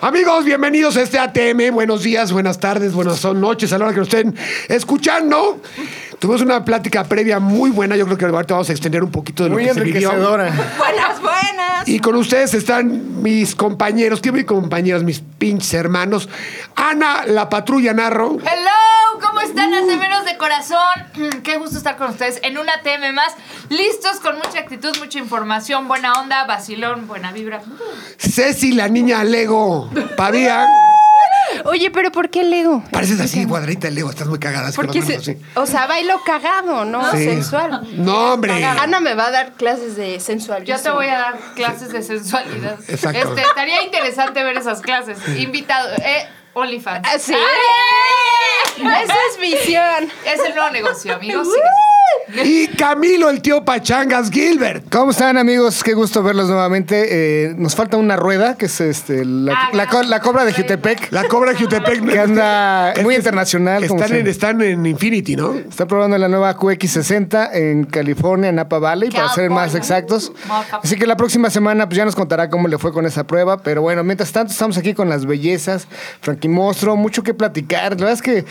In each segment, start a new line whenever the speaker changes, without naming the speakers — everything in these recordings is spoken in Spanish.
Amigos, bienvenidos a este ATM. Buenos días, buenas tardes, buenas noches, a la hora que nos estén escuchando. Tuvimos una plática previa muy buena. Yo creo que ahorita vamos a extender un poquito de lo
Muy
que se vivió.
enriquecedora.
Buenas, buenas.
Y con ustedes están mis compañeros, ¿qué mis compañeras? Mis pinches hermanos. Ana, la patrulla Narro.
Hello, ¿cómo están,
Uh.
acemeros de corazón? Mm, Qué gusto estar con ustedes en una TM más. Listos con mucha actitud, mucha información, buena onda, vacilón, buena vibra.
Ceci, la niña Lego. Pavía.
Oye, pero ¿por qué Lego?
Pareces así, cuadrita de Lego. Estás muy cagada. es que
Porque
los
se-
manos así.
o sea, bailo cagado, ¿no?
Sí.
Sensual.
No, hombre.
Ana me va a dar clases de sensual.
Yo te voy a dar clases de sensualidad.
Exacto.
Este, estaría interesante ver esas clases. Invitado, eh, OnlyFans.
Ah, sí.
¡Ay!
Esa es visión.
Es el nuevo negocio, amigos.
Y Camilo, el tío Pachangas Gilbert.
¿Cómo están, amigos? Qué gusto verlos nuevamente. Eh, nos falta una rueda, que es este, la,
Ah,
la co- la cobra de Jutepec,
La cobra Jutepec.
que anda muy internacional. como
Están en,
siempre.
están en Infinity, ¿no?
Está probando la nueva QX60 en California, en Napa Valley, para ser más
California.
exactos.
Motherfucker.
Así que la próxima semana pues, ya nos contará cómo le fue con esa prueba. Pero bueno, mientras tanto estamos aquí con las bellezas, Frankie Mostro, mucho que platicar. La verdad es que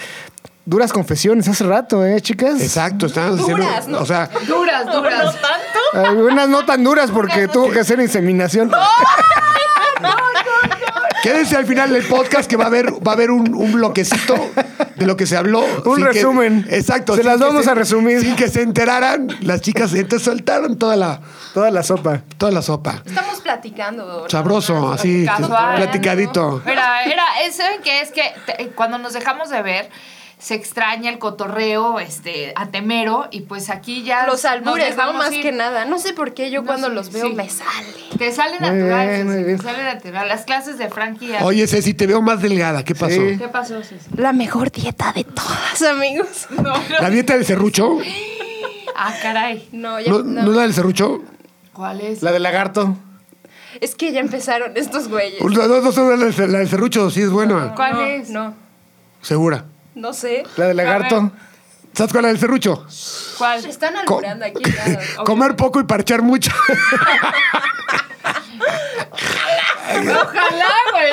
duras confesiones hace rato, ¿eh, chicas?
Exacto, están haciendo.
Duras, Uh. ¿no?
O sea,
Duras, duras.
Algunas no tan duras porque tuvo que hacer inseminación.
quédense al final del podcast que va a haber, va a haber un, un bloquecito de lo que se habló.
Un
sin que-
resumen.
exacto.
Se
sin
las
que
vamos a resumir.
Sin que se enteraran, las chicas se te soltaron toda la,
Toda la sopa.
toda la sopa.
Estamos platicando.
Sabroso, así,
Casual.
platicadito.
Era, era, eh, ¿saben qué? Es que te- cuando nos dejamos de ver, se extraña el cotorreo, este, atemero, y pues aquí ya.
Los
nos
albures, ¿no?
dejamos
Más
ir.
que nada. No sé por qué yo
No
cuando
sé,
los veo
sí.
me sale.
Te sale
Muy
natural,
bien,
Ceci,
muy bien.
te sale natural. Las clases de Frankie. ya-
Oye, Ceci, te veo más delgada. ¿Qué pasó?
Sí.
¿Qué pasó, Ceci?
La mejor dieta de todas, amigos.
No, no.
¿La dieta del serrucho?
Ah, caray.
No, ya.
¿No,
no.
¿No es la del serrucho?
¿Cuál es?
La de lagarto.
Es que ya empezaron estos güeyes.
No, Pues no, no, no, la del cer- la del serrucho, sí es buena.
¿Cuál
no,
es?
No,
Segura.
no sé.
La de lagarto.
¿Sabes cuál es la del serrucho?
Se
¿Cuál?
están
Co-
alburando aquí. nada.
Comer poco y parchar mucho.
Ojalá, güey.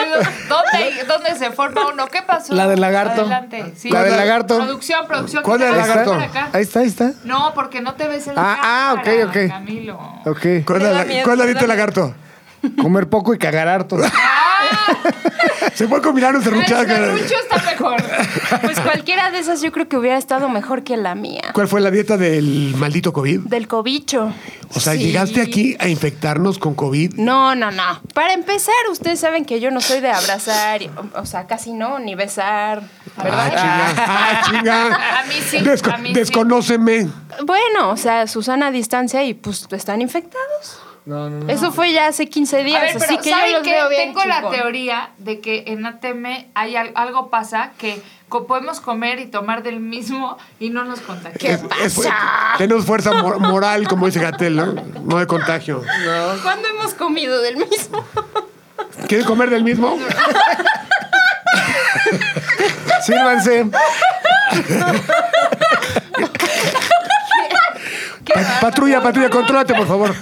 ¿Dónde, ¿Dónde se forma uno? ¿Qué pasó?
La del lagarto.
Adelante. Sí.
La del lagarto.
Producción, producción.
¿Cuál
¿qué
del
tal?
Ahí
lagarto?
Por
está.
acá.
Ahí está, ahí está.
No, porque no te ves en
Ah, ah, ok,
cámara,
ok.
Camilo.
Ok.
¿Cuál es
Me da
la,
miedo,
cuál es la
me
dieta
da
del lagarto?
Comer poco y cagar harto.
Se puede combinar un
El
serruchado.
serrucho está mejor.
Pues cualquiera de esas yo creo que hubiera estado mejor que la mía.
¿Cuál fue la dieta del maldito COVID?
Del cobicho.
O sea,
Sí.
llegaste aquí a infectarnos con COVID.
No, no, no. Para empezar, ustedes saben que yo no soy de abrazar, o, o sea, casi no, ni besar.
Ah,
¿verdad?
chinga. Ah, chinga.
A mí sí,
Desco-
a mí sí.
desconóceme.
Bueno, o sea, Susana a distancia y pues están infectados. Eso fue ya hace 15 días,
A ver,
así
pero
que yo
¿saben
los
qué?
veo bien
Tengo la
chingón.
teoría de que en ATM hay al- algo pasa que co- podemos comer y tomar del mismo y no nos
Es-
contagiamos.
es- tenemos fuerza mor- moral, como dice Gatel, ¿no? No de contagio.
¿Cuándo hemos comido del mismo?
¿Quieres comer del mismo?
Sírvanse.
Pa- patrulla, patrulla, contrólate, por favor.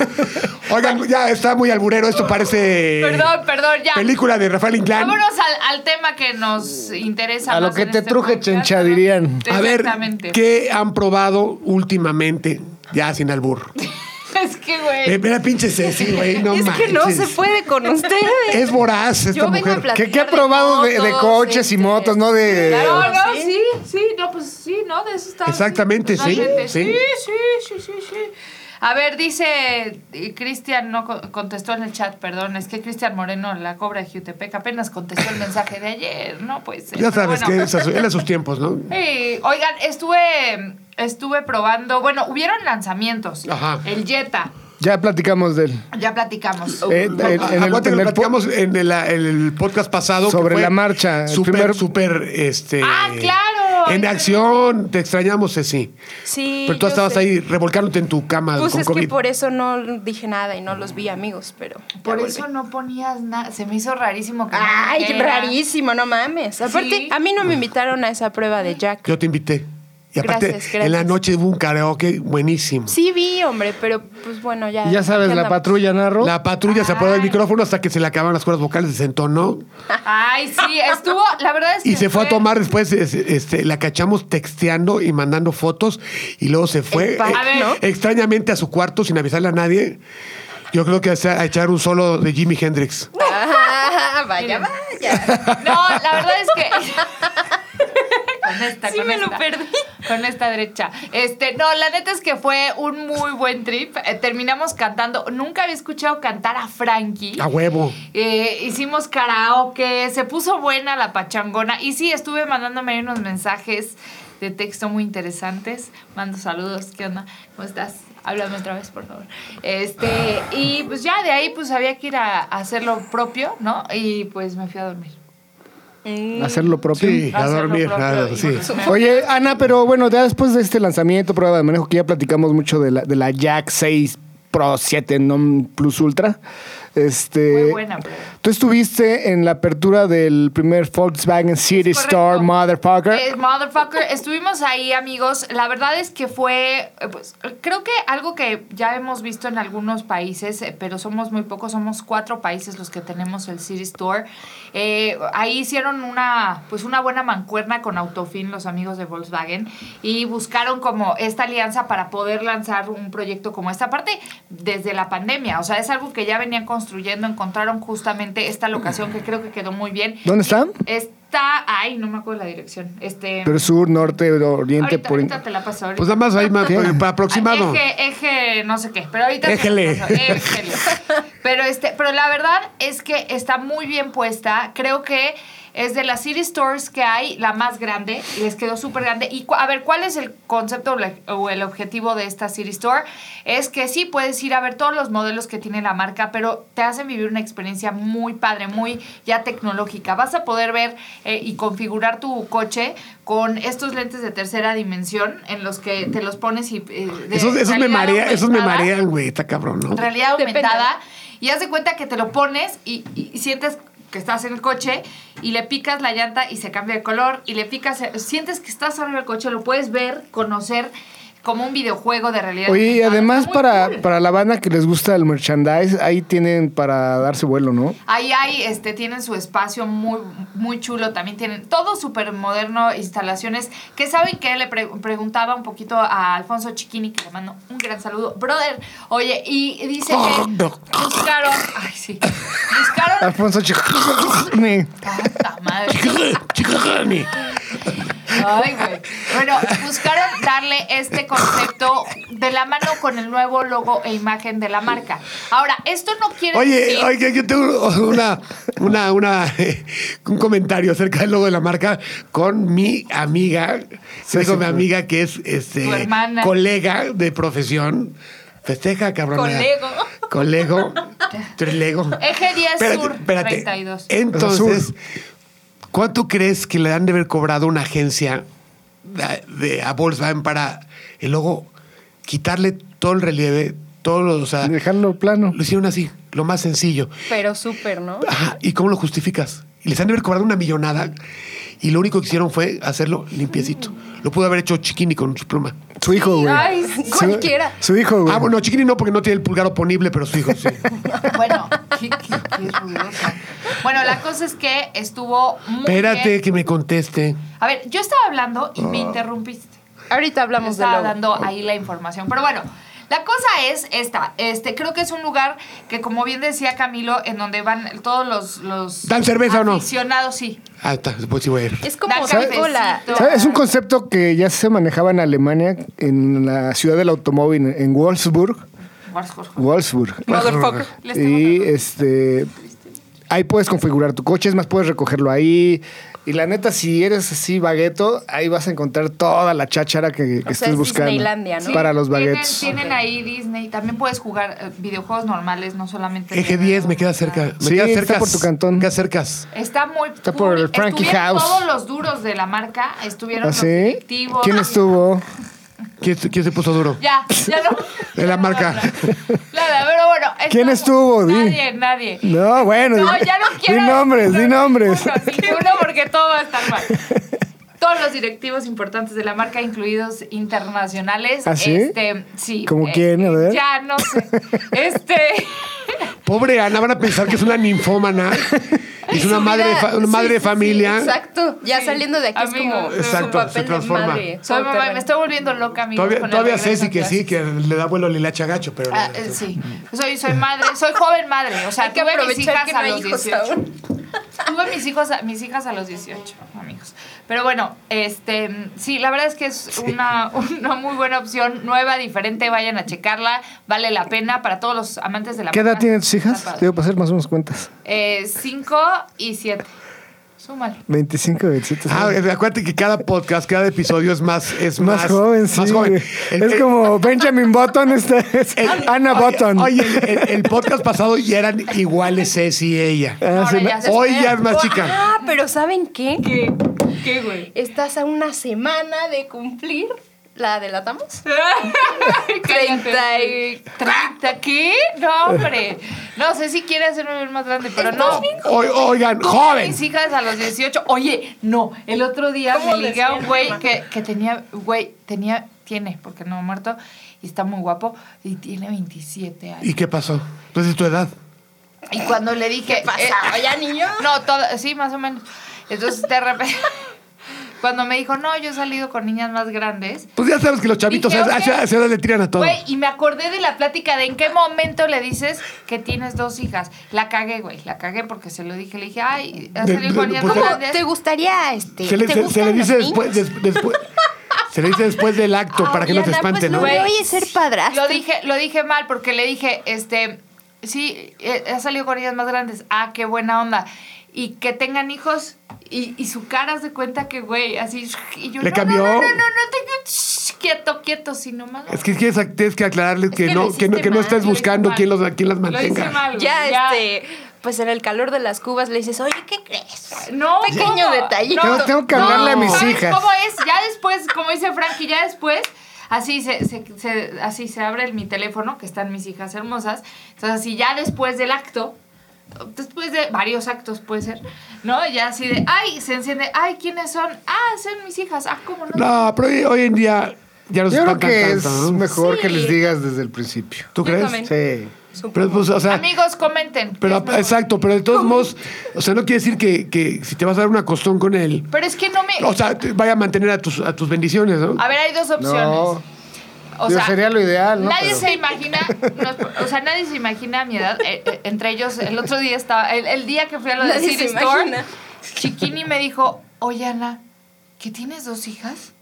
Oigan, ya está muy alburero. Esto parece.
Perdón, perdón, ya.
Eh, Película de Rafael Inclán.
Vámonos al, al tema que nos interesa.
A lo
más
que
en
te
este
truje,
podcast,
chencha,
¿no?
dirían.
A ver,
Exactamente.
¿qué han probado últimamente? Ya sin albur.
Es que, güey.
Eh, Mira, pinche Ceci, güey. No
es que no
manches.
se puede con ustedes.
Es voraz esta
Yo vengo a
mujer.
platicar.
¿Qué, qué ha probado de, de
motos,
coches y
este,
motos, no de...?
No,
eh,
Claro.
no,
¿sí?
sí, sí, no, pues sí, ¿no? De eso está.
Exactamente, sí,
totalmente.
sí.
Sí, sí, sí, sí, sí. A ver, dice y Cristian, no co- contestó en el chat, perdón, es que Cristian Moreno, la cobra de Jutepec, apenas contestó el mensaje de ayer, no pues.
Ya sabes que es a su- él a sus tiempos, ¿no?
Sí, oigan, estuve, estuve probando, bueno, hubieron lanzamientos.
Ajá.
El Jetta,
Ya platicamos de él.
ya platicamos.
Eh, en- en el-
Acuérdate que
en
lo
el po-
platicamos en el, en el podcast pasado. que
Sobre
fue
la marcha, el
Súper,
primer-
súper, este...
Ah, claro.
En acción, te extrañamos, Ceci.
Sí.
Pero tú
yo
estabas
sé.
ahí revolcándote en tu cama
Pues
con
es
COVID.
que por eso no dije nada y no los vi amigos, pero. ya
Por
volví.
eso no ponías nada, se me hizo rarísimo que no
Ay, qué
dijera.
rarísimo, no mames. Aparte,
Sí.
a mí no me invitaron a esa prueba de Jack.
Yo te invité. Y aparte,
Gracias, gracias.
en la noche hubo un karaoke buenísimo.
Sí vi, hombre, pero pues bueno, ya.
Y ya sabes,
¿qué
la
andamos?
patrulla narro.
La patrulla se apoderó del
Ay.
micrófono hasta que se le acabaron las cuerdas vocales, desentonó
Ay, sí, estuvo, la verdad es que
y se fue a tomar después, es- este, la cachamos texteando y mandando fotos y luego se fue
El pack,
eh,
¿no?
extrañamente a su cuarto sin avisarle a nadie. Yo creo que a a echar un solo de Jimi Hendrix.
Ah, vaya, vaya.
No, la verdad es que. con esta,
Sí
con
me lo
esta.
perdí.
Con esta derecha. Este, no, la neta es que fue un muy buen trip. Eh, terminamos cantando. Nunca había escuchado cantar a Frankie.
A huevo.
Eh, hicimos karaoke, se puso buena la pachangona. Y sí, estuve mandándome ahí unos mensajes de texto muy interesantes. Mando saludos, ¿qué onda? ¿Cómo estás? Háblame otra vez, por favor. Este, y pues ya de ahí pues había que ir a, a hacer lo propio, ¿no? Y pues me fui a dormir.
Hacer lo propio.
Sí, a
Mm. Hacer lo
dormir.
propio
a-
y
sí.
volver.
Oye, Ana, pero bueno, ya después de este lanzamiento, prueba de manejo, que ya platicamos mucho de la, de la Jack 6 Pro 7 Non Plus Ultra. Este,
Muy buena pues. prueba.
Tú estuviste en la apertura del primer Volkswagen City
Es correcto.
Store, motherfucker.
Eh, motherfucker. Estuvimos ahí, amigos. La verdad es que fue, eh, pues, creo que algo que ya hemos visto en algunos países, eh, pero somos muy pocos, somos cuatro países los que tenemos el City Store. Eh, ahí hicieron una, pues, una buena mancuerna con Autofin, los amigos de Volkswagen, y buscaron como esta alianza para poder lanzar un proyecto como esta. Aparte, desde la pandemia, o sea, es algo que ya venían construyendo, encontraron justamente esta locación que creo que quedó muy bien.
¿Dónde está?
Está, ay, no me acuerdo la dirección. Este,
Pero sur, norte, oriente,
ahorita,
por...
ahorita te la paso. ahorita.
Pues nada más ahí ma- pa- aproximado.
Eje, eje, no sé qué. Pero ahorita. te la
Éjele.
paso, éjele. Pero, este, pero la verdad es que está muy bien puesta. Creo que es de las City Stores que hay, la más grande. Les quedó súper grande. Y cu- a ver, ¿cuál es el concepto o la- o el objetivo de esta City Store? Es que sí puedes ir a ver todos los modelos que tiene la marca, pero te hacen vivir una experiencia muy padre, muy ya tecnológica. Vas a poder ver eh, y configurar tu coche con estos lentes de tercera dimensión en los que te los pones y... eh, de
Esos, esos me
realidad
marea, esos me
aumentada.
marean, güey. Está cabrón, ¿no?
Realidad
Depende.
aumentada. Y haz de cuenta que te lo pones y, y- y sientes que estás en el coche y le picas la llanta y se cambia de color y le picas... eh, Sientes que estás arriba del coche, lo puedes ver, conocer como un videojuego de realidad
Oye, y
aumentada.
además
Está Ah, muy
para,
cool.
para la banda que les gusta el merchandise, ahí tienen para darse vuelo, ¿no?
Ahí hay, este, tienen su espacio muy, muy chulo, también tienen todo súper moderno, instalaciones, que saben que le pre- preguntaba un poquito a Alfonso Chiquini, que le mando un gran saludo. Brother, oye, y dice que buscaron, ay sí, buscaron,
Alfonso Chico-
puta madre. Ay, güey. Bueno, buscaron darle este concepto de la mano con el nuevo logo e imagen de la marca. Ahora, esto no quiere
Oye,
decir...
oye, yo tengo una, una, una, eh, un comentario acerca del logo de la marca con mi amiga,
Sí,
digo
sí,
mi
sí.
amiga que es este
Tu hermana.
colega de profesión. Festeja, cabrón.
Colego.
Colego. Trilego.
Eje 10
Espérate,
Sur
espérate.
32.
Entonces, ¿cuánto crees que le han de haber cobrado una agencia de, de- a Volkswagen para el logo quitarle todo el relieve, todos los, o sea,
Dejarlo plano.
lo hicieron así, lo más sencillo.
Pero súper, ¿no?
Ajá, ¿y cómo lo justificas? Y les han de haber cobrado una millonada y lo único que hicieron fue hacerlo limpiecito. Lo pudo haber hecho Chiquini con su pluma.
Su hijo, güey.
Ay,
Su-
cualquiera.
Su hijo, güey.
Ah, bueno, Chiquini no porque no tiene el pulgar oponible, pero su hijo sí.
Bueno, qué, qué- qué ruidosa. Bueno, la cosa es que estuvo muy
Espérate Ah.
bien.
que me conteste.
A ver, yo estaba hablando y me interrumpiste.
Ahorita hablamos de
Estaba
logo.
dando ahí la información. Pero bueno, La cosa es esta. Este, creo que es un lugar que, como bien decía Camilo, en donde van todos los. los
¿Dan cerveza o no?
aficionados, sí.
Ah, está, pues sí voy a ir.
Es como
Dan
Coca-Cola.
cafecito.
¿Sabes? Es un concepto que ya se manejaba en Alemania, en la ciudad del automóvil, en Wolfsburg. Wolfsburg.
Motherfucker.
Les tengo
Y
que-
este. Ahí puedes configurar tu coche, es más, puedes recogerlo ahí. Y la neta, si eres así bagueto, ahí vas a encontrar toda la cháchara que, que
sea,
estés
es
buscando.
Disneylandia, ¿no?
Para los
Tienen-
baguetos.
Tienen, ahí Disney. También puedes jugar eh, videojuegos normales, no solamente.
Eje 10, me queda cerca. Me
Sí,
queda
está
cerca.
por tu cantón.
Queda cercas.
Está muy.
Está por el Frankie
Estuvieron
House.
Todos los duros de la marca estuvieron
¿Ah,
los
sí?
directivos.
¿Quién estuvo?
¿Quién, quién se puso duro?
Ya, ya no.
De la marca.
Nada, pero bueno.
¿Quién estuvo? Di.
Nadie, nadie.
No, bueno.
No,
di-
ya no quiero.
Di nombres, di nombres.
Ninguno, ninguno, porque todo va a estar mal. Todos los directivos importantes de la marca, incluidos internacionales.
¿Ah, sí?
Este, sí.
¿Cómo
eh,
quién? A ver.
Ya, no sé. Este.
Pobre Ana, van a pensar que es una ninfómana. Es
Su
una madre, de
vida-
fa- una
sí,
madre
sí,
de
sí,
familia.
exacto. Ya
Sí,
saliendo de aquí
amigos.
es como
Exacto,
su papel
se transforma.
de madre.
Soy mamá y me estoy volviendo loca, amigos.
todavía
con el
todavía
regreso
Ceci
a
que
clases.
sí, que le da vuelo a Lila Chagacho, pero.
Ah, eh, sí. Soy, soy madre, soy joven madre. O sea,
Hay que
tuve mis
aprovechar
hijas
que no
a
hay
los
hijos
18.
aún.
Tuve mis hijos, a- mis hijas a los 18, amigos. Pero bueno, este, mm, sí, la verdad es que es una, una muy buena opción, nueva, diferente. Vayan a checarla, vale la pena para todos los amantes de la
¿Qué edad
marca.
tienen tus hijas? Te
Está padre.
digo, para hacer más o menos cuentas.
Eh, cinco y siete. Súmale.
25, 27.
Ah, eh, acuérdate que cada podcast, cada episodio es más. Es
más,
más,
joven, sí.
Más joven. El-
es
el-
como Benjamin Button, esta es Anna
oye,
Button.
Oye, el, el- el podcast pasado ya eran iguales Ceci y ella.
Ah,
Ahora
se me-
ya se
Hoy
espera.
ya es más chica.
Ah, pero ¿saben qué?
¿Qué? ¿Qué, güey?
Estás a una semana de cumplir. ¿La delatamos?
Treinta
Treinta
y...
y-
¿30 qué? No, hombre. No sé si quiere hacer un bebé más grande, pero no.
Oy- oigan, joven.
Mis hijas a los 18. Oye, no, el otro día
¿Cómo
me ligué a un
despierta?
güey que, que tenía, güey, tenía, tiene, porque no ha muerto, y está muy guapo, y tiene 27 años.
¿Y qué pasó? Pues es tu edad.
Y cuando le dije. ¿Qué
pasaba Eh, ya, niño?
No, todo, sí, más o menos. Entonces, de repente. Cuando me dijo, no, yo he salido con niñas más grandes.
Pues ya sabes que los chavitos
Dije,
a, a-
ok.
a esa edad le tiran a todo.
Güey, y me acordé de la plática de en qué momento le dices que tienes dos hijas. La cagué, güey, la cagué porque se lo dije. Le dije, ay, ¿has
De-
salido con
de-
niñas
pues,
más
¿Cómo
grandes?
te gustaría este?
se le,
¿Te
se- se
gustan
le
los
dice
niños?
después, des- después- se le dice después del acto para que no te
Ariana,
espante,
pues,
¿no?
Lo
Güey,
de hoy es ser padrastro.
Lo dije, lo dije mal porque le dije, este, sí, eh, he salido con niñas más grandes. Ah, qué buena onda. Y que tengan hijos y, y su cara se cuenta que, güey, así. Y yo,
Le
no,
cambió.
No, no, no, no, no, tengo- shh, quieto, quieto, si no más.
Es que tienes, que- tienes que aclararles que,
que lo
no, que no,
hiciste
que no
mal,
estás
lo hice
buscando
mal.
quién, los, quién las
Lo hice
mantenga.
mal, güey,
Ya, este, pues en el calor de las cubas le dices, oye, ¿qué crees?
No,
Pequeño
¿cómo?
detallito.
Tengo- tengo que hablarle a mis
¿sabes
hijas.
¿Cómo es? Ya después, como dice Frankie, ya después, así se, se- se- así se abre el- mi teléfono, que están mis hijas hermosas. Entonces, así ya después del acto, después de varios actos puede ser, ¿no? Ya así de, ay, se enciende, ay, ¿quiénes son? Ah, son mis hijas, ah, ¿cómo no?
No, pero hoy, hoy en día ya nos
Yo creo
espantan
que es
tanto, ¿no?
mejor que
Sí.
les digas desde el principio.
¿Tú
Yo
crees?
también.
Sí.
Pero, pues, o sea,
Amigos, comenten.
pero, exacto, pero de todos modos, o sea, no quiere decir que, que si te vas a dar una costón con él,
Pero es que no me...
o sea, te vaya a mantener a tus, a tus bendiciones, ¿no?
a ver, hay dos opciones.
No.
O
Digo,
sea,
sería lo ideal, ¿no?
Nadie
Pero-
se imagina, nos- o sea, nadie se imagina mi edad. Eh, eh, entre ellos, el otro día estaba, el, el día que fui a lo de
Nadie
City
se
Store,
imagina.
Chiquini me dijo, oye Ana, ¿que tienes dos hijas?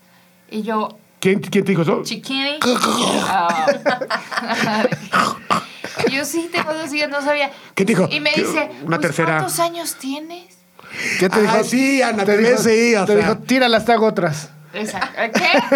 Y yo,
¿Quién, quién te dijo eso?
Chiquini. Ah. Y yo sí tengo dos hijas, no sabía.
¿Qué te dijo?
Y me
Que-
dice,
una
"Pues,
tercera".
¿cuántos años tienes?
¿Qué te
Ah,
dijo?
sí, Ana,
te
te
dijo,
ves, sí, o
te
sea.
dijo, tíralas, te hago otras.
Exacto. ¿Qué?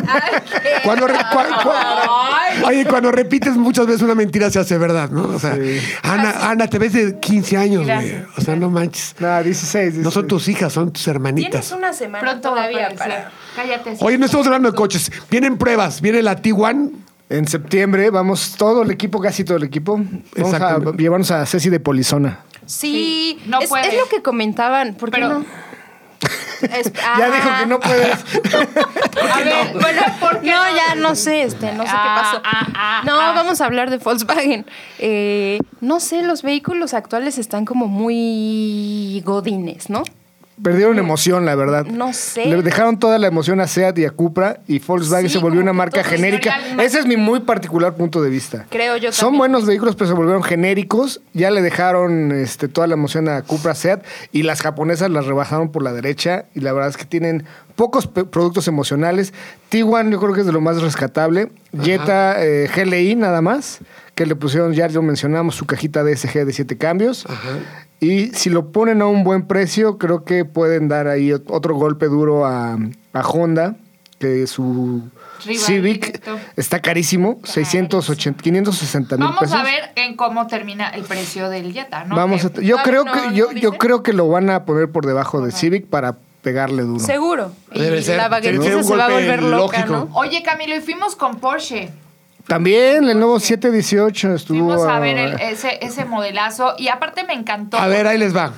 Ah, ¿qué?
Cuando, re- cua- cua- oye, cuando repites muchas veces una mentira se hace verdad, ¿no? O sea, Ana, Ana, te ves de 15 años, güey.
Gracias.
O sea, no manches.
No, 16.
No son
16.
tus hijas, son tus
Tienes
hermanitas.
una semana
Pronto
todavía
va a
para...
para... Cállate.
Oye, no estamos hablando de coches. Vienen pruebas. Viene la T1.
En septiembre vamos todo el equipo, casi todo el equipo. Vamos a
Exacto.
llevarnos a Ceci de Polizona.
Sí,
Sí, no
es,
puede.
es lo que comentaban, ¿por qué
Pero-
no? Es-
Ya
ah.
dijo que no puedes.
A ver, bueno, ¿por qué
No, ya no sé, este, no sé
Ah,
qué pasó.
ah, ah,
no,
ah.
vamos a hablar de Volkswagen. Eh, no sé, los vehículos actuales están como muy godines, ¿no?
Perdieron emoción, la verdad.
No sé.
Le dejaron toda la emoción a Seat y a Cupra y Volkswagen
Sí,
se volvió una
como que
marca
todo es
genérica.
real,
Ese es mi muy particular punto de vista.
Creo yo
Son
también.
buenos vehículos, pero se volvieron genéricos. Ya le dejaron este, toda la emoción a Cupra, Seat y las japonesas las rebajaron por la derecha y la verdad es que tienen pocos pe- productos emocionales. Tiguan yo creo que es de lo más rescatable. Jetta eh, GLI nada más, que le pusieron, ya lo mencionamos, su cajita DSG de siete cambios. Y si lo ponen a un buen precio, creo que pueden dar ahí ot- otro golpe duro a, a Honda, que su
Rival
Civic
directo.
está carísimo, 680, 560 mil
Vamos
Pues
pesos.
a ver en cómo termina el precio del Jetta, ¿no?
Vamos a-
Que
yo
todavía
creo
no-
que
no
yo, yo
dicen.
creo que lo van a poner por debajo de Civic para pegarle duro.
Seguro. Y
Debe ser,
la
debe ser
baguetiza
un
se va a
golpe
volver loca,
lógico.
¿no?
Oye, Camilo, y fuimos con Porsche.
También el nuevo 718 estuvo
Fuimos a ver el-
ah,
ese, ese modelazo y aparte me encantó.
A ver, ahí les va.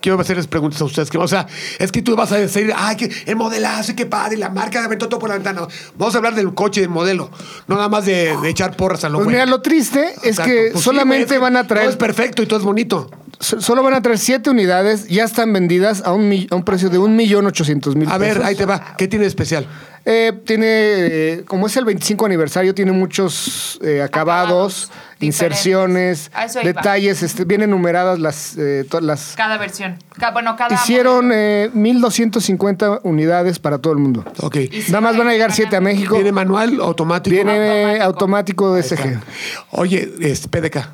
Quiero hacerles preguntas a ustedes. que- O sea, es que tú vas a decir, ay, que el modelazo, y qué padre, la marca de aventó todo por la ventana. Vamos a hablar del coche, del modelo. No nada más de, de echar porras a lo
Pues
güey.
mira, lo triste es
Exacto.
que
Pues sí,
solamente
güey, es que
van a traer
Todo es perfecto y todo es bonito.
So- Solo van a traer siete unidades, ya están vendidas a un, mi- a un precio de 1.800.000 pesos.
A ver, ahí te va. ¿Qué tiene de especial?
Eh, tiene, eh, como es el 25 aniversario, tiene muchos eh, acabados,
Acabados,
inserciones,
diferentes. A eso iba.
detalles, este, bien enumeradas las... eh, todas las
Cada versión. Ca- bueno, cada.
hicieron
modelo.
eh, 1.250 unidades para todo el mundo.
Ok.
Y sí,
Nada más van a llegar
van
siete a México.
¿Viene manual, automático?
Viene eh, automático de SG,
Oye, es PDK.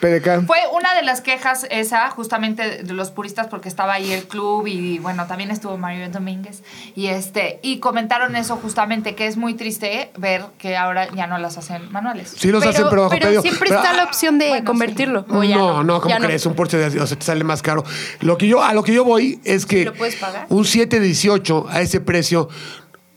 PDK.
Fue una de las quejas esa, justamente de los puristas, porque estaba ahí el club y, bueno, también estuvo Mario Domínguez. Y este, y comentaron eso justamente, que es muy triste ver que ahora ya no las hacen manuales.
Sí los hacen, pero bajo pedido.
siempre
Pero,
está la
ah,
opción de
Bueno, sí.
convertirlo.
No,
o ya
no, ¿cómo
ya
crees? Un Porsche de o sea, te sale más caro. Lo que yo, a lo que yo voy es que
¿Lo puedes pagar?
un 718 a ese precio,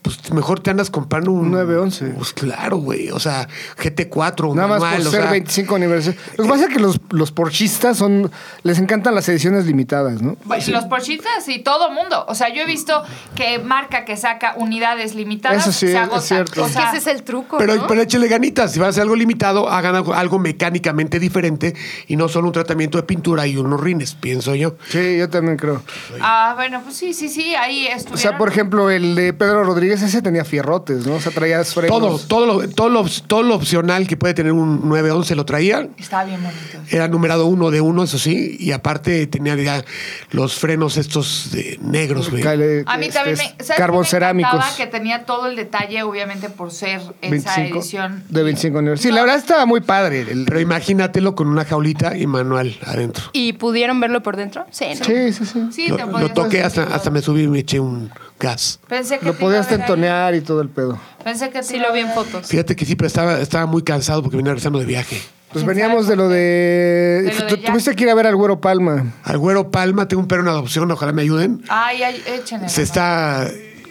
pues mejor te andas comprando un
911.
Pues claro, güey. O sea, GT4,
Nada más
manual,
por
o
ser
sea,
25 aniversario. Lo que pasa es que los, los porchistas son. Les encantan las ediciones limitadas, ¿no?
Bueno, Pues, Los porchitas y todo mundo. O sea, yo he visto que marca que saca unidades limitadas
Eso sí,
se
es
agota.
cierto.
O
Es que
sea,
ese es el truco,
Pero,
¿no?
pero échale ganitas. Si van a hacer algo limitado, hagan algo, algo mecánicamente diferente y no solo un tratamiento de pintura y unos rines, pienso yo.
Sí, yo también creo.
Ah, bueno, pues sí, sí, sí, ahí estuvieron.
O sea, por ejemplo, el de Pedro Rodríguez, ese tenía fierrotes, ¿no? O sea, traía
Todo,
frenos.
todo lo, todo, lo, todo lo opcional que puede tener un 911 lo traía.
Está bien bonito.
Era numerado uno de uno, eso sí, y aparte tenía ya los frenos estos de negros, güey.
Cale-
A mí
este,
también me, ¿sabes qué
Carbón
me
cerámicos.
encantaba? que tenía todo el detalle, obviamente, por ser esa
25,
edición.
de 25 aniversario. Sí,
No.
la verdad estaba muy padre. el-
Pero imagínatelo con una jaulita y manual adentro.
¿Y pudieron verlo por dentro? Sí, ¿no?
sí, sí, sí.
Sí,
lo,
te
lo
podías
toqué
hacer
hasta,
todo.
hasta me subí y me eché un gas.
Pensé que
Lo
te
podías
iba a ver ahí.
tentonear y todo el pedo.
Pensé que te
Sí
iba a
lo vi
ver
en
ahí.
fotos.
Fíjate que sí, pero estaba, estaba muy cansado porque venía regresando de viaje.
Pues veníamos de lo de.
De lo de
tú-
Jack.
Tuviste que ir a ver al Güero Palma.
Al güero Palma, tengo un perro en adopción, ojalá me ayuden.
Ay, ay, échenle.
Se está.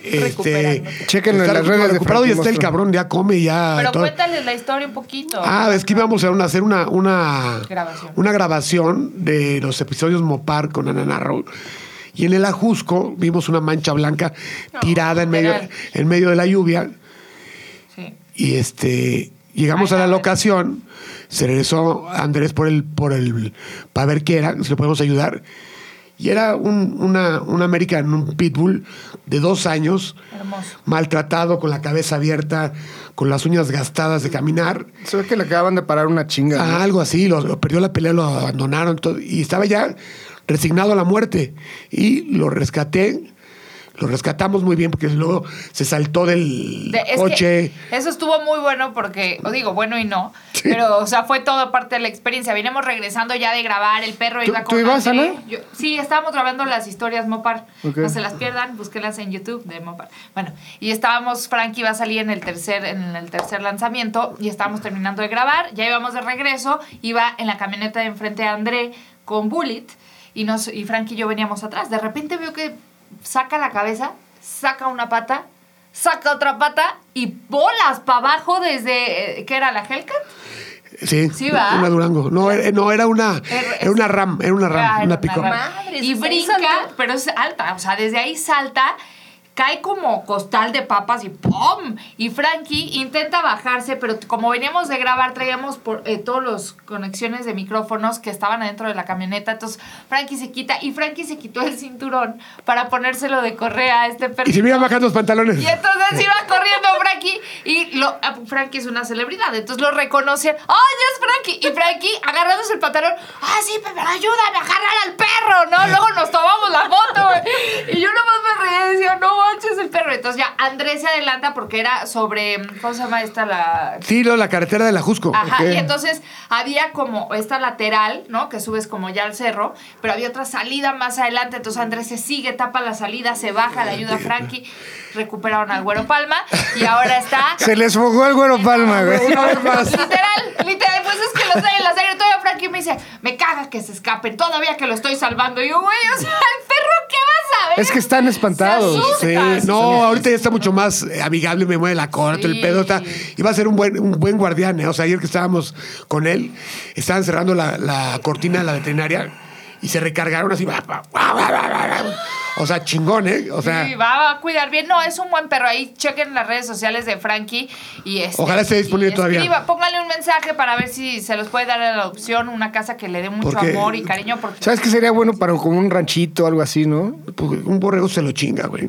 Este,
Recuperando.
Chéquenlo en
está
las redes de
recuperado y
Frankie
está el
Mostro.
cabrón, ya come, ya.
Pero
todo.
cuéntales la historia un poquito.
Ah, es que íbamos a, una- hacer una, una
Grabación.
una grabación de los episodios Mopar con Ananarro. Y en el ajusco vimos una mancha blanca tirada en medio,
literal.
en medio de la lluvia.
Sí.
Y este llegamos
Ay,
a la
no, no.
locación, se regresó Andrés por el, por el, para ver qué era, si lo podemos ayudar. Y era un, una, un American, un pitbull de dos años,
Hermoso.
maltratado, con la cabeza abierta, con las uñas gastadas de caminar.
Se ve que le acababan de parar una chinga. ¿no?
Ah, algo así, lo, lo perdió la pelea, lo abandonaron todo, y estaba ya resignado a la muerte. Y lo rescaté, lo rescatamos muy bien porque luego se saltó del
De- es
coche.
que eso estuvo muy bueno porque, o digo, bueno y no, pero, o sea, fue toda parte de la experiencia. Vinimos regresando ya de grabar, el perro
¿Tú-
iba
tú
con
ibas,
André.
Ana?
Yo- sí, estábamos grabando las historias Mopar.
Ok.
No se las pierdan, búsquenlas en YouTube de Mopar. Bueno, y estábamos, Frank iba a salir en el tercer, en el tercer lanzamiento y estábamos terminando de grabar, ya íbamos de regreso, iba en la camioneta de enfrente a André con Bullet y, nos, y Frank y yo veníamos atrás. De repente veo que saca la cabeza, saca una pata, saca otra pata y bolas para abajo desde, eh, ¿qué era la Hellcat?
Sí,
Sí, ¿va?
una Durango. No, era, no, era una,
Er-
era una RAM, era una RAM,
Ah, era
una pick
RAM.
Madre,
y
se
brinca,
saltó.
pero es alta, o sea, desde ahí salta, cae como costal de papas y ¡pum! Y Frankie intenta bajarse, pero como veníamos de grabar, traíamos por, eh, todos los conexiones de micrófonos que estaban adentro de la camioneta. Entonces, Frankie se quita y Frankie se quitó el cinturón para ponérselo de correa a este perro.
Y se me iban bajando los pantalones.
Y entonces iba corriendo Frankie y lo, ah, Frankie es una celebridad. Entonces lo reconocían. ¡Ay, oh, es Frankie! Y Frankie agarrándose el pantalón. ¡Ah, sí, pero ayúdame a agarrar al perro! ¿No? Luego nos tomamos la foto, güey. Y yo nomás me reía y decía, no manches el perro. Entonces ya Andrés se adelanta porque era sobre. ¿Cómo se llama esta la.?
Sí, lo, la carretera de la Jusco.
Ajá,
Ok.
y entonces había como esta lateral, ¿no? Que subes como ya al cerro, pero había otra salida más adelante, entonces Andrés se sigue, tapa la salida, se baja, le ayuda a Frankie, recuperaron al Güero Palma y ahora está...
Se les fogó el güero palma, güey.
Una vez más.
Literal, literal, pues es que lo trae en la sangre, todavía Frankie me dice, me caga que se escapen, todavía que lo estoy salvando. Y yo, güey, o sea, el perro, ¿qué vas a ver?
Es que están espantados.
Sí, no, ahorita ya está mucho más eh, amigable, me mueve la corte,
Sí.
el pedo está. Y va a ser un buen, un buen guardián, ¿eh? O sea, ayer que estábamos con él, estaban cerrando la, la cortina de la veterinaria y se recargaron así. va, va, va, va, va, va, va. O sea, chingón, ¿eh? O sea,
Sí, va a cuidar bien. No, es un buen perro. Ahí chequen las redes sociales de Frankie y este,
Ojalá esté disponible
y
todavía.
escriba. Póngale un mensaje para ver si se los puede dar a la adopción, una casa que le dé mucho
Porque-
amor y cariño. Porque
¿Sabes qué sería bueno para como un ranchito o algo así, no?
pues, un borrego se lo chinga, güey.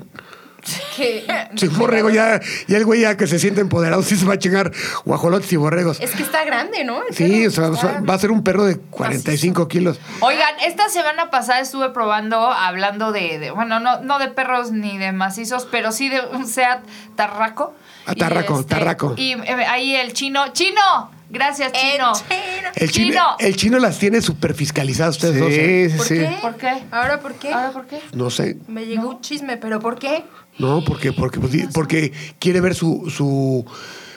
que-
Sí, un borrego ya, ya el güey ya que se siente empoderado, sí se va a chingar guajolotes y borregos.
Es que está grande, ¿no? El
Sí,
perro.
o sea, va a- va a ser un perro de 45 kilos.
Oigan, esta semana pasada estuve probando, hablando de, de- bueno, no, no de perros ni de macizos, pero sí de un Seat Tarraco.
Ah,
Y,
Tarraco, Tarraco.
Y eh, ahí el chino, chino, gracias
El
chino.
chino.
El chino,
Chino.
el chino las tiene súper fiscalizadas ustedes dos. ¿eh?
Sí, sí,
¿Por
sí.
qué?
¿Por qué?
¿Ahora por qué?
¿Ahora por qué?
No sé.
Me llegó un chisme, ¿pero por qué?
No, porque, porque, pues, di- porque quiere ver su, su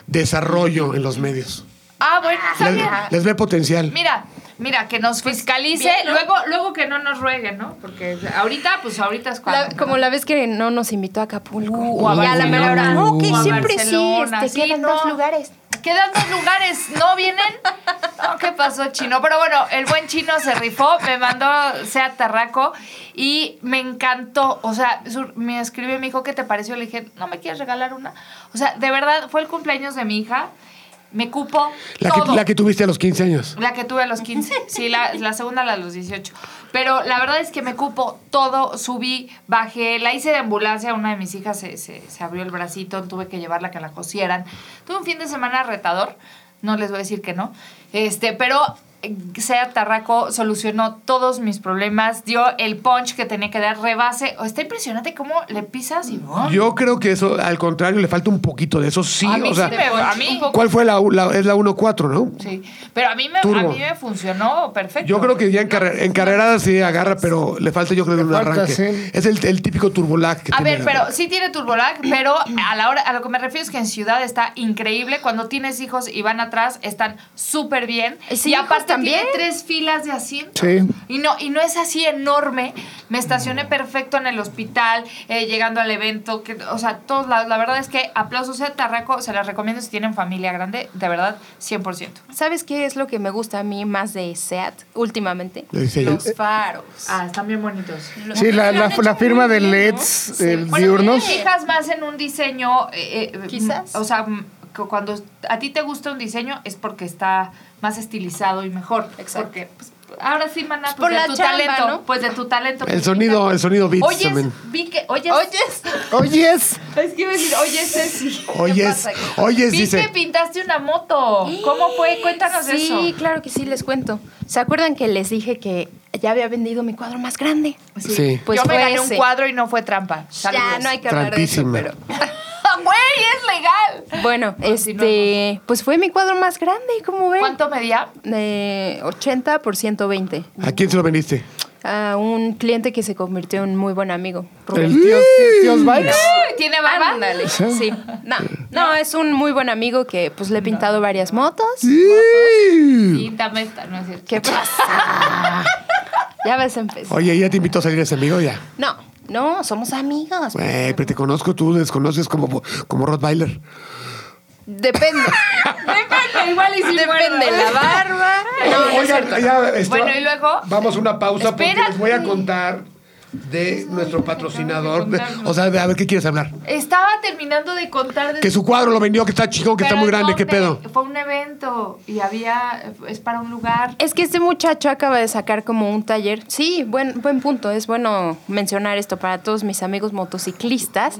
desarrollo en los medios.
Ah, bueno, está
Les,
bien.
les ve potencial.
Mira, mira, que nos fiscalice,
Pues, bien, ¿no?
luego, luego que no nos rueguen, ¿no? Porque ahorita, pues ahorita es
La-
cuando.
como la vez que no nos invitó a Acapulco.
Uh, a
y a la
Barcelona.
mera hora, No, que
Uh, a
siempre sí, este,
Barcelona,
te
sí,
quedan
no.
dos lugares.
Quedan dos lugares, ¿no vienen? No, ¿Qué pasó, chino? Pero bueno, el buen chino se rifó, me mandó sea Tarraco y me encantó. O sea, su- me escribió y me dijo, ¿qué te pareció? Le dije, ¿no me quieres regalar una? O sea, de verdad, fue el cumpleaños de mi hija, me cupo
La
todo.
que, la que tuviste a los 15 años.
La que tuve a los 15. Sí, la, la segunda la de los 18. Pero la verdad es que me cupo todo, subí, bajé, la hice de ambulancia, una de mis hijas se, se- se abrió el bracito, tuve que llevarla a que la cosieran. Tuve un fin de semana retador, no les voy a decir que no. Este, pero eh, Sea Tarraco solucionó todos mis problemas, dio el punch que tenía que dar, rebase. O Está impresionante cómo le pisas y... ¡oh!
Yo creo que eso, al contrario, le falta un poquito de eso. Sí,
a mí
o
sí
sea,
me- a mí-
¿cuál fue la, la- es la 1-4, no?
Sí, pero a mí, me, a
Turbo.
mí me funcionó perfecto.
Yo creo que ya en, carre- en carrerada sí agarra, pero le falta yo creo un
falta,
arranque.
sí.
Es el, el típico turbolac que
A
tiene
ver,
la-
pero sí tiene Turbolac, pero a la hora, a lo que me refiero es que en ciudad está increíble. Cuando tienes hijos y van atrás, están súper bien.
¿Ese
y
hijo
aparte
también?
tiene tres filas de asientos.
Sí.
Y no, y no es así enorme. Me estacioné perfecto en el hospital, eh, llegando al evento. que- o sea, todos lados. La verdad es que aplausos a Tarraco, se las recomiendo si tienen familia grande, de verdad, 100%.
¿Sabes qué es lo que me gusta a mí más de SEAT últimamente?
El diseño.
Los faros.
Ah, están bien bonitos.
Los-
eh, Sí, la,
Lo han
la-
hecho
la firma
muy
de
bien, ¿no?
LEDs
Sí.
eh,
Bueno,
diurnos.
¿Te fijas más en un diseño? eh, eh,
Quizás.
O sea, mm, cu- cuando a ti te gusta un diseño es porque está más estilizado y mejor.
Exacto.
Porque, pues, ahora sí, maná, pues,
Por
de
la
tu
chamba,
talento.
¿no?
Pues de tu talento.
El sonido, el sonido beats
Oyes,
también.
vi que, oyes,
Oyes,
Oyes.
es que iba a decir, oyes, Ceci.
Oyes,
pasa aquí?
oyes,
Vi
dice.
que pintaste una moto. ¿Cómo fue? Cuéntanos
sí,
eso.
claro que sí, les cuento. ¿Se acuerdan que les dije que ya había vendido mi cuadro más grande?
Sí.
Pues
Yo me
fue
gané un
ese.
cuadro y no fue trampa. Saludos.
Ya no hay que hablar de eso,
Trampísima.
pero...
¡Güey, es legal!
Bueno,
Continuamos.
este, pues fue mi cuadro más grande, como ven.
¿Cuánto medía?
Eh, 80 por 120.
¿A quién se lo vendiste?
A un cliente que se convirtió en muy buen amigo.
El tío, tíos Bikes.
Uy, ¿Tiene barba?
Ándale. Sí. No, no, es un muy buen amigo que pues le he pintado varias motos.
Píntame esta, no es cierto.
¿Qué pasa? ya vas a empezar.
Oye, ¿ya te invitó a salir ese amigo ya?
No, no, somos amigos.
Güey, pero te conozco, tú desconoces como, como Rottweiler.
Depende.
Depende, igual y si
Depende la barba. No, no es
Oigan,
cierto.
ya, este,
Bueno, y luego-
Vamos a una pausa porque
Espérate.
les voy a contar de nuestro patrocinador. De- o sea, de- a ver, ¿qué quieres hablar?
Estaba terminando de contar de
Que su cuadro lo vendió, que está chico, que está
Pero
muy
¿en
grande, ¿qué pedo?
dónde? Fue un evento y había es para un lugar.
Es que este muchacho acaba de sacar como un taller. Sí, buen, buen punto. Es bueno mencionar esto para todos mis amigos motociclistas,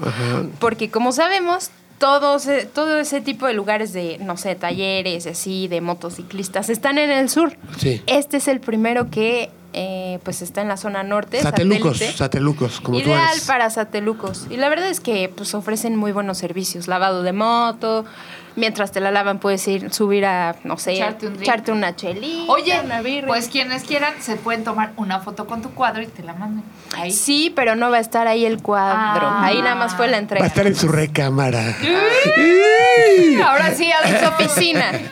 porque como sabemos, todos, eh, todo ese tipo de lugares de, no sé, talleres y así, de motociclistas, están en el sur.
Sí.
Este es el primero que eh, pues está en la zona norte.
Satelucos,
satélite.
satelucos, como tú
Ideal
eres.
para satelucos. Y la verdad es que pues ofrecen muy buenos servicios. Lavado de moto, mientras te la lavan puedes ir, subir a, no sé,
Echarte un drink.
echarte una chelita,
Oye,
una birria.
pues quienes quieran se pueden tomar una foto con tu cuadro y te la mandan. Ahí.
Sí, pero no va a estar ahí el cuadro.
Ah.
Ahí nada más fue la entrega.
Va a estar en su recámara.
Ahora sí,
en
Alex,
su oficina.
Pues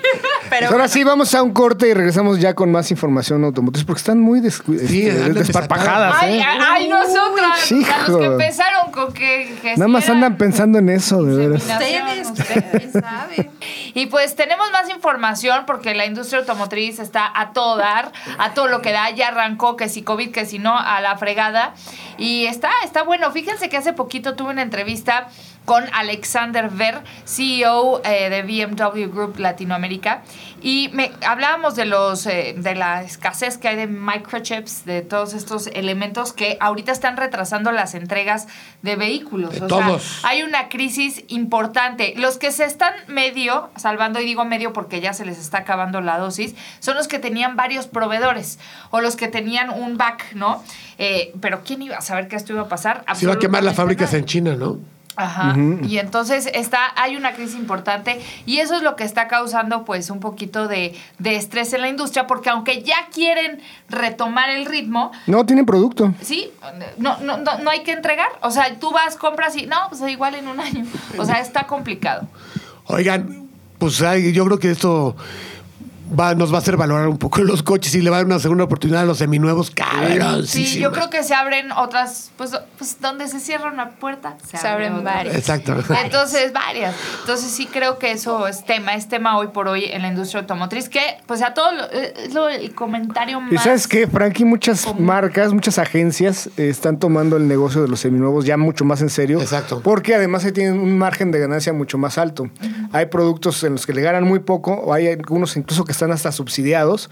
Pero
ahora sí, vamos a un corte y regresamos ya con más información automotriz, porque están muy descu-
Sí,
este,
andan
desparpajadas.
Ay,
¿eh?
ay, nosotras.
Uy,
a los
hijo.
que empezaron con que. que
Nada
sí
más
eran
andan pensando en eso, de veras.
ustedes,
inseminación,
ustedes saben.
Y pues tenemos más información porque la industria automotriz está a todo dar, a todo lo que da. Ya arrancó que si COVID, que si no, a la fregada. Y está, está bueno. Fíjense que hace poquito tuve una entrevista con Alexander Ver, CEO eh, de BMW Group Latinoamérica. Y me, hablábamos de, los, eh, de la escasez que hay de microchips, de todos estos elementos que ahorita están retrasando las entregas de vehículos.
De
O sea,
todos.
hay una crisis importante. Los que se están medio salvando, y digo medio porque ya se les está acabando la dosis, son los que tenían varios proveedores o los que tenían un back, ¿no? Eh, pero ¿quién iba a saber que esto iba a pasar?
Se va a quemar las
Absolutamente
fábricas
nadie.
en China, ¿no?
Ajá. Y entonces está, hay una crisis importante y eso es lo que está causando pues un poquito de, de estrés en la industria porque aunque ya quieren retomar el ritmo,
No, tienen producto.
Sí, no, no, no, no hay que entregar. O sea, tú vas, compras y no, pues igual en un año. O sea, está complicado.
Oigan, pues ay, yo creo que esto va, nos va a hacer valorar un poco los coches y le va a dar una segunda oportunidad a los seminuevos. Cabrón,
Sí, yo creo que se abren otras, pues, pues donde se cierra una puerta, se,
Se
abre
abren
otra.
varias.
Exacto.
Entonces, varias. Entonces, sí creo que eso es tema, es tema hoy por hoy en la industria automotriz, que, pues, a todo lo- es lo- el comentario más...
Y sabes qué, Frankie, muchas
Como-
marcas, muchas agencias eh, están tomando el negocio de los seminuevos ya mucho más en serio.
Exacto.
Porque además ahí tienen un margen de ganancia mucho más alto. Hay productos en los que le ganan muy poco, o hay algunos incluso que están hasta subsidiados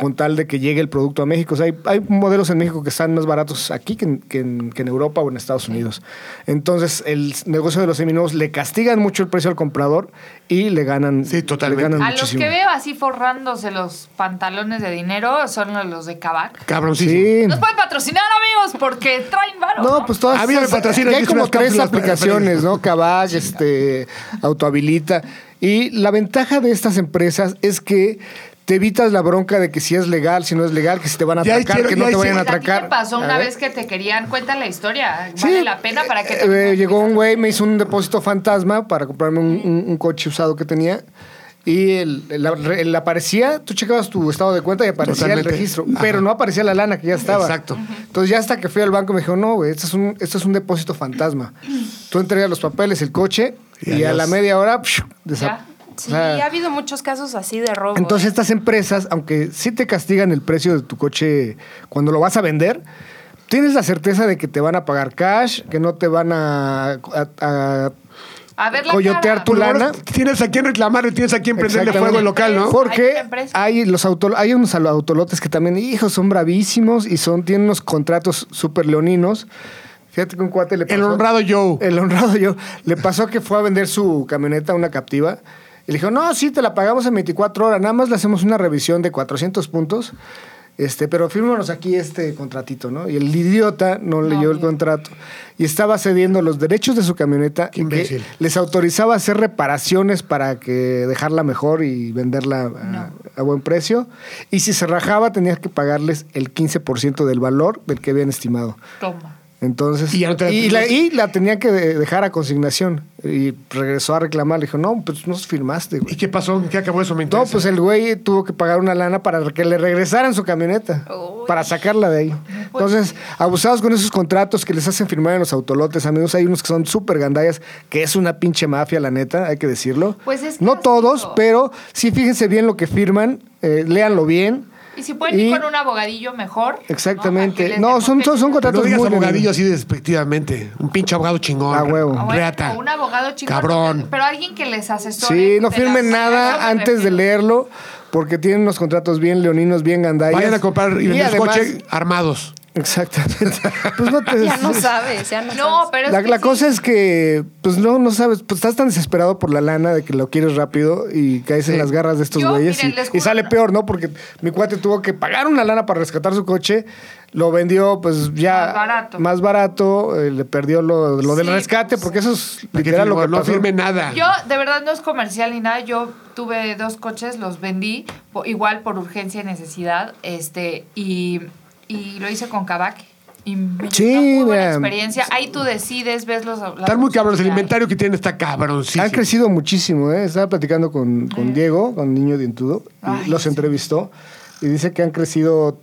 con tal de que llegue el producto a México. O sea, hay, hay modelos en México que están más baratos aquí que en, que en- que en Europa o en Estados Unidos. Entonces, el negocio de los seminuevos le castigan mucho el precio al comprador y le ganan,
Sí, totalmente.
le ganan
A los
muchísimo.
que veo así forrándose los pantalones de dinero son los de Kavak.
Cabroncísimo.
Sí.
Nos pueden patrocinar, amigos, porque traen varo.
No, pues todas.
A mí me patrocinan,
ya hay
yo
como
unas
tres
cápsulas
aplicaciones,
para-
¿no? Cabac, este, autohabilita. Y la ventaja de estas empresas es que te evitas la bronca de que si es legal, si no es legal, que si te van a
Ya
atracar,
hicieron-
que
ya
no te vayan a
hicieron-
Pues, ti
atracar.
te pasó una
A ver.
vez que te querían? Cuenta la historia. Vale la pena para que
eh,
te...
eh, llegó un güey, me hizo un depósito fantasma para comprarme un, un- un coche usado que tenía. Y él, él- él aparecía, tú checabas tu estado de cuenta y aparecía
Totalmente.
el registro,
Ajá.
pero no aparecía la lana que ya estaba.
Exacto. Ujú.
Entonces ya hasta que fui al banco me dijo, no, güey, esto es un, esto es un depósito fantasma. Tú entregas los papeles, el coche,
Y
y, a
adiós.
la media hora... psh, desa-
Ya.
o
Sí,
sea,
ha habido muchos casos así de robo.
entonces
¿eh?
estas empresas, aunque sí te castigan el precio de tu coche cuando lo vas a vender, tienes la certeza de que te van a pagar cash, que no te van a, a- a
A ver la
coyotear
cara.
tu
Por lo
lana.
menos Tienes a quién reclamarle, tienes a quién prenderle
Exactamente.
fuego al local, ¿no?
Hay
Porque
empresas.
hay, los auto- hay unos autolotes que también, hijos, son bravísimos y son, tienen unos contratos súper leoninos. Fíjate que un cuate le pasó. Eh,
El honrado Joe.
El honrado yo. Le pasó que fue a vender su camioneta a una captiva. Y le dijo, no, sí, te la pagamos en 24 horas. Nada más le hacemos una revisión de 400 puntos. Este, pero fírmanos aquí este contratito, ¿no? Y el idiota no leyó el contrato. Y estaba cediendo los derechos de su camioneta.
Qué
y que
imbécil.
les autorizaba a hacer reparaciones para que dejarla mejor y venderla a, a buen precio. Y si se rajaba, tenía que pagarles el 15% del valor del que habían estimado.
Toma.
Entonces,
Y
y,
ya no te la
la,
tenías.
y la tenía que de- dejar a consignación. Y regresó a reclamar. Le dijo, no, pues no firmaste,
¿Y
güey.
qué pasó? ¿Qué acabó eso? Me
No,
interesa.
pues el güey tuvo que pagar una lana para que le regresaran su camioneta.
Uy.
Para sacarla de ahí. Entonces, abusados con esos contratos que les hacen firmar en los autolotes, amigos. Hay unos que son súper gandallas, que es una pinche mafia, la neta, hay que decirlo.
Pues es que
no
así
todos,
digo.
pero sí fíjense bien lo que firman, eh, léanlo bien.
Y si pueden ir
Y-
con un abogadillo, mejor. ¿no? Para que
Exactamente.
les
No, son,
decote-
son
No
contratos
digas
muy
abogadillo así despectivamente. Un pinche abogado chingón.
A huevo.
Ah,
Un
bueno,
reata.
Un abogado chico.
Cabrón.
Pero alguien que les asesore.
Sí, no
de
firmen
las- a eso me
nada antes de
refiero.
leerlo porque tienen unos contratos bien leoninos, bien gandallas.
Vayan a comprar y
Y
vender
además-
coche armados.
Exactamente. Pues no te-
¿eh? Ya no sabes, ya
No,
no, sabes.
pero es
la,
que
la
sí.
cosa es que, pues no, no sabes, pues estás tan desesperado por la lana de que lo quieres rápido y caes en las garras de estos
Yo,
güeyes
miren,
y-
les
y,
juro-
sale peor, ¿no? Porque mi cuate tuvo que pagar una lana para rescatar su coche, lo vendió pues ya
Más barato.
más barato, eh, le perdió lo, lo del
Sí,
rescate, porque eso es
Porque
literal lo que
no
pasó.
firme nada.
Yo, de verdad, no es comercial ni nada. Yo tuve dos coches, los vendí, po- igual por urgencia y necesidad, este, y, y lo hice con Kavak. Y me
Sí,
llevó muy buena
vean.
experiencia. Ahí tú decides, ves los. las
Están muy cabrones. El
opciones que hay.
inventario que tienen está cabroncísimo.
Han crecido muchísimo, ¿eh? Estaba platicando con, con Diego, con Niño Dientudo, y
Ay,
los entrevistó y dice que han crecido.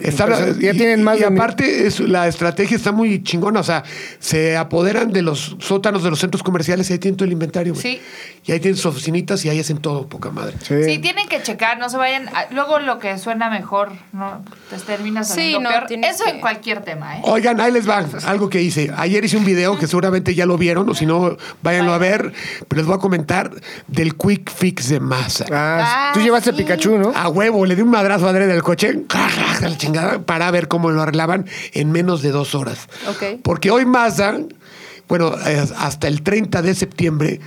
Está-
impresionante. ya
y-
tienen más
y
de mil-
aparte es- la estrategia está muy chingona, o sea, se apoderan de los sótanos de los centros comerciales y ahí tienen todo el inventario, güey.
Sí.
Y ahí tienen sus oficinitas y ahí hacen todo, poca madre.
Sí.
Sí, tienen que checar, no se vayan. a- Luego lo que suena mejor, ¿no? Te termina
Sí,
saliendo
no,
peor.
tienes
Eso
que-
en cualquier tema, ¿eh?
Oigan, ahí les va algo que hice. Ayer hice un video que seguramente ya lo vieron, o si no, váyanlo a ver, pero les voy a comentar del quick fix de masa.
Ah,
Ah,
tú llevaste
sí.
Pikachu, ¿no?
A huevo, le di un madrazo a Dre del coche, a la chingada, para ver cómo lo arreglaban en menos de dos horas.
Ok.
Porque hoy Mazda, bueno, es- hasta el 30 de septiembre,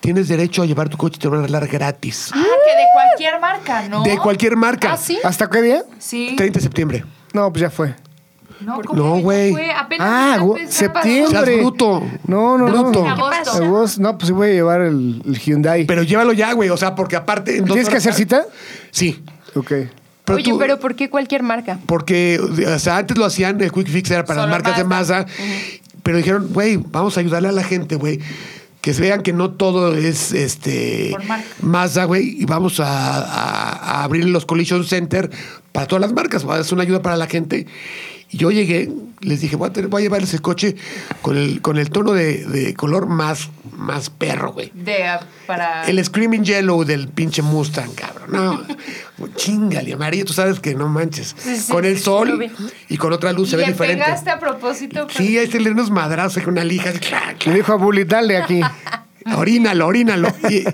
tienes derecho a llevar tu coche y te lo van a arreglar gratis.
Ah, que de cualquier marca, ¿no?
De cualquier marca.
¿Ah, sí?
¿Hasta qué día?
Sí.
30 de septiembre.
No, pues ya fue.
No,
No,
¿cómo que
güey.
fue? Apenas
Ah,
está
gu-
empezando.
Seas
septiembre.
bruto.
No, no,
Bruto.
no.
En agosto.
Agosto. No, pues sí voy a llevar el, el Hyundai.
Pero ah, llévalo ya, güey. O sea, porque aparte. en dos
¿Tienes que
horas-
hacer cita?
Sí.
Ok.
Oye,
tú-
pero ¿por qué cualquier marca?
Porque o sea, antes lo hacían, el Quick Fix era para
Solo
las marcas de masa, pero dijeron, güey, vamos a ayudarle a la gente, güey. Que se vean que no todo es este
Por marca.
Mazda, güey, y vamos a, a- a abrir los Collision Center para todas las marcas, va, es una ayuda para la gente. Y yo llegué, les dije, voy a, tener- voy a llevarles el coche con el, con el tono de, de color más, más perro, güey.
De, ah, para...
El Screaming Yellow del pinche Mustang, cabrón. No, chingale, amarillo, tú sabes que no manches.
Sí, sí,
con el
sí,
sol
lo vi.
y con otra luz
y
se ve
le
diferente.
pegaste a propósito. con-
Sí, ahí se le unos madrazos con una lija. así, clac,
Le
clac.
dijo a Bully, dale aquí.
Orínalo, orínalo. Y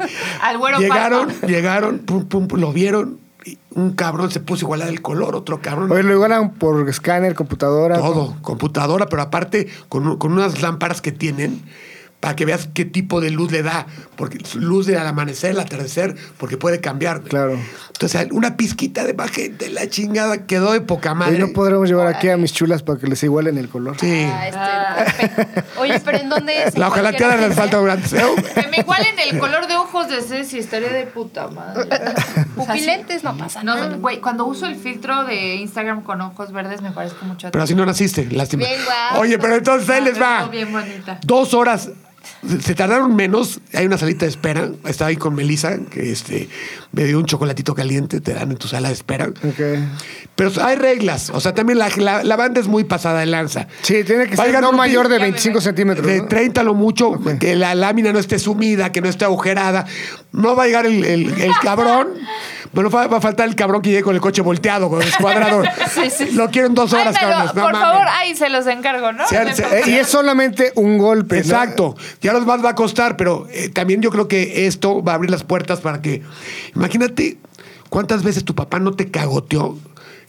Al güero
llegaron,
Pato.
llegaron, pum, pum, pum, lo vieron. y un cabrón se puso igual al color, otro cabrón.
Oye, lo igualan por escáner, computadora.
Todo, computadora, pero aparte con, un- con unas lámparas que tienen para que veas qué tipo de luz le da. Porque luz de al amanecer, al atardecer, porque puede cambiar. güey.
Claro.
Entonces, una pizquita de más gente, la chingada quedó de poca madre.
Y no podremos llevar aquí a mis chulas para que les igualen el color.
Sí.
Ah, este, perfecto. Oye, pero ¿en dónde es?
la
Cualquier
ojalateada le
agencia.
falta durante.
Que me igualen el color de ojos de Ceci, estaría de puta madre.
Pupilentes no pasa
No,
nada.
güey, cuando uso el filtro de Instagram con ojos verdes me parezco mucho a ti.
Pero así no naciste, lástima.
Bien guapo.
Oye, pero entonces ahí
Ah,
les va.
no, bien bonita.
Dos horas. Se- Se tardaron menos, hay una salita de espera. Estaba ahí con Melissa, que este, me dio un chocolatito caliente, te dan en tu sala de espera.
Ok.
Pero hay reglas. O sea, también la, la- la banda es muy pasada de lanza.
Sí, tiene que
Valga
ser no
un pi-
mayor de
Ya me
25
ve.
centímetros.
De
¿no?
30 lo mucho, que la lámina no esté sumida, que no esté agujerada. No va a llegar el, el- el cabrón. Bueno, va, va a faltar el cabrón que llegue con el coche volteado, con el cuadrado. Lo quiero en dos horas,
Ay, me lo-
cabrones. no
por
mames.
favor, ahí se los encargo, ¿no?
Se-
Me
se-
pongo-
Eh, y es solamente un golpe. ¿no?
Exacto. Ya los más va a costar, pero eh, también yo creo que esto va a abrir las puertas para que. Imagínate cuántas veces tu papá no te cagoteó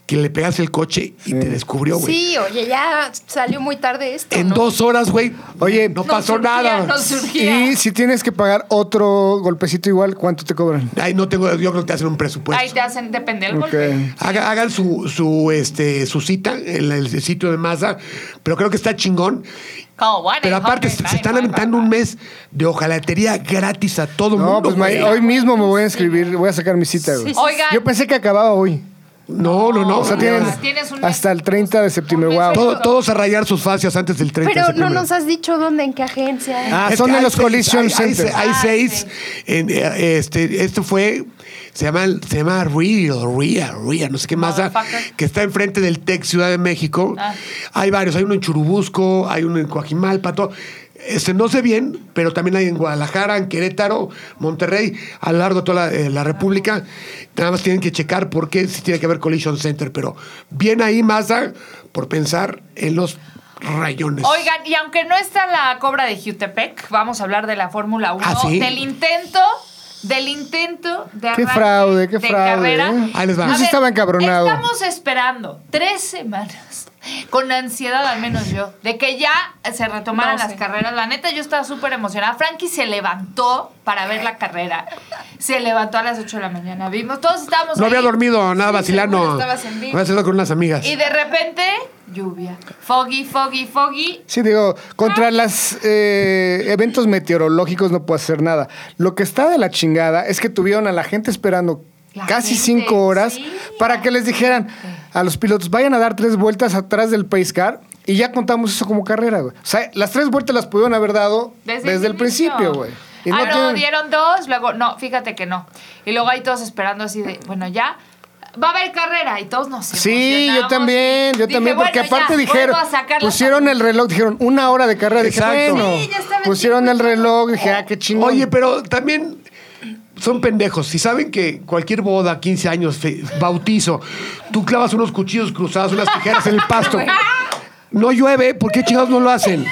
que le pegas el coche y te descubrió, güey.
Sí, oye, ya salió muy tarde esto.
En
¿no?
dos horas, güey.
Oye,
no
No
pasó
surgía,
nada.
no surgía.
Y si tienes que pagar otro golpecito igual, ¿cuánto te cobran?
Ay, no tengo, yo creo que te hacen un presupuesto.
Ahí te hacen, depende del
Ok.
golpe.
Haga- hagan su, su, este, su cita en el sitio de Mazda, pero creo que está chingón.
Como bueno,
Pero aparte,
joven,
se, se
ay,
están
guapa.
aventando un mes de ojalatería gratis a todo
No,
mundo.
pues ma-
güey.
hoy mismo me voy a inscribir, voy a sacar mi cita. güey.
sí.
Oigan,
Yo pensé que acababa hoy.
No, no, no.
O sea,
Ah,
tienen
tienes un mes.
hasta el 30 de septiembre.
Un mes
Wow.
solo.
Todo- todos a rayar sus fascias antes del 30 de
Pero no
septiembre.
nos has dicho dónde, en qué agencia. ¿eh?
Ah,
Es
son
que
en
hay
los
seis, hay-
Collision
hay
Center.
se- Hay,
Ah,
seis.
ok.
en, eh, este, esto fue. Se llama, se llama Real, Real, Real, no sé qué más, ah,
Motherfucker.
que está enfrente del Tech Ciudad de México.
Ah.
Hay varios, hay uno en Churubusco, hay uno en Coajimalpa, todo. este, no sé bien, pero también hay en Guadalajara, en Querétaro, Monterrey, a lo largo de toda la, eh, la República. Nada más tienen que checar por qué si tiene que haber Collision Center, pero bien ahí, Mazda, por pensar en los rayones.
Oigan, y aunque no está la cobra de Jutepec, vamos a hablar de la Fórmula 1,
¿Ah, sí?
del intento, del intento de
Qué
arranque
fraude, qué
de
fraude,
carrera.
¿eh?
Ahí les va.
A
Yo
sí estaba encabronado.
Estamos esperando tres semanas, con ansiedad al menos yo, de que ya se retomaran
No sé.
las carreras. La neta, yo estaba súper emocionada. Frankie se levantó para ver la carrera. Se levantó a las 8 de la mañana. Vimos, todos estábamos
No
ahí.
había dormido, nada,
Sí, seguro
vacilando.
estabas en vivo.
Voy a hacerlo con unas amigas.
Y de repente, lluvia. Foggy, foggy, foggy.
Sí, digo, contra los eventos meteorológicos no puedo hacer nada. Lo que está de la chingada es que tuvieron a la gente esperando
La
casi
gente,
cinco horas
sí.
para que les dijeran a los pilotos, vayan a dar tres vueltas atrás del pace car y ya contamos eso como carrera, güey. O sea, las tres vueltas las pudieron haber dado desde, el
inicio.
principio, güey. Y
ah, no,
tienen-
dieron dos, luego, no, fíjate que no. Y luego ahí todos esperando así de, bueno, ya. Va a haber carrera y todos nos
Sí, yo
emocionamos.
también, yo
Dije,
también, porque
bueno,
aparte
ya,
dijeron,
vuelvo a sacar la
pusieron el reloj, dijeron una hora de carrera, dije,
Exacto.
bueno,
Sí, ya estaba el
pusieron el
tiempo y todo.
reloj, dije, ah, qué chingón.
Oye, pero también son pendejos. Si saben que cualquier boda, 15 años, fe- bautizo, tú clavas unos cuchillos cruzados, unas tijeras en el pasto. No llueve, ¿por qué chingados no lo hacen?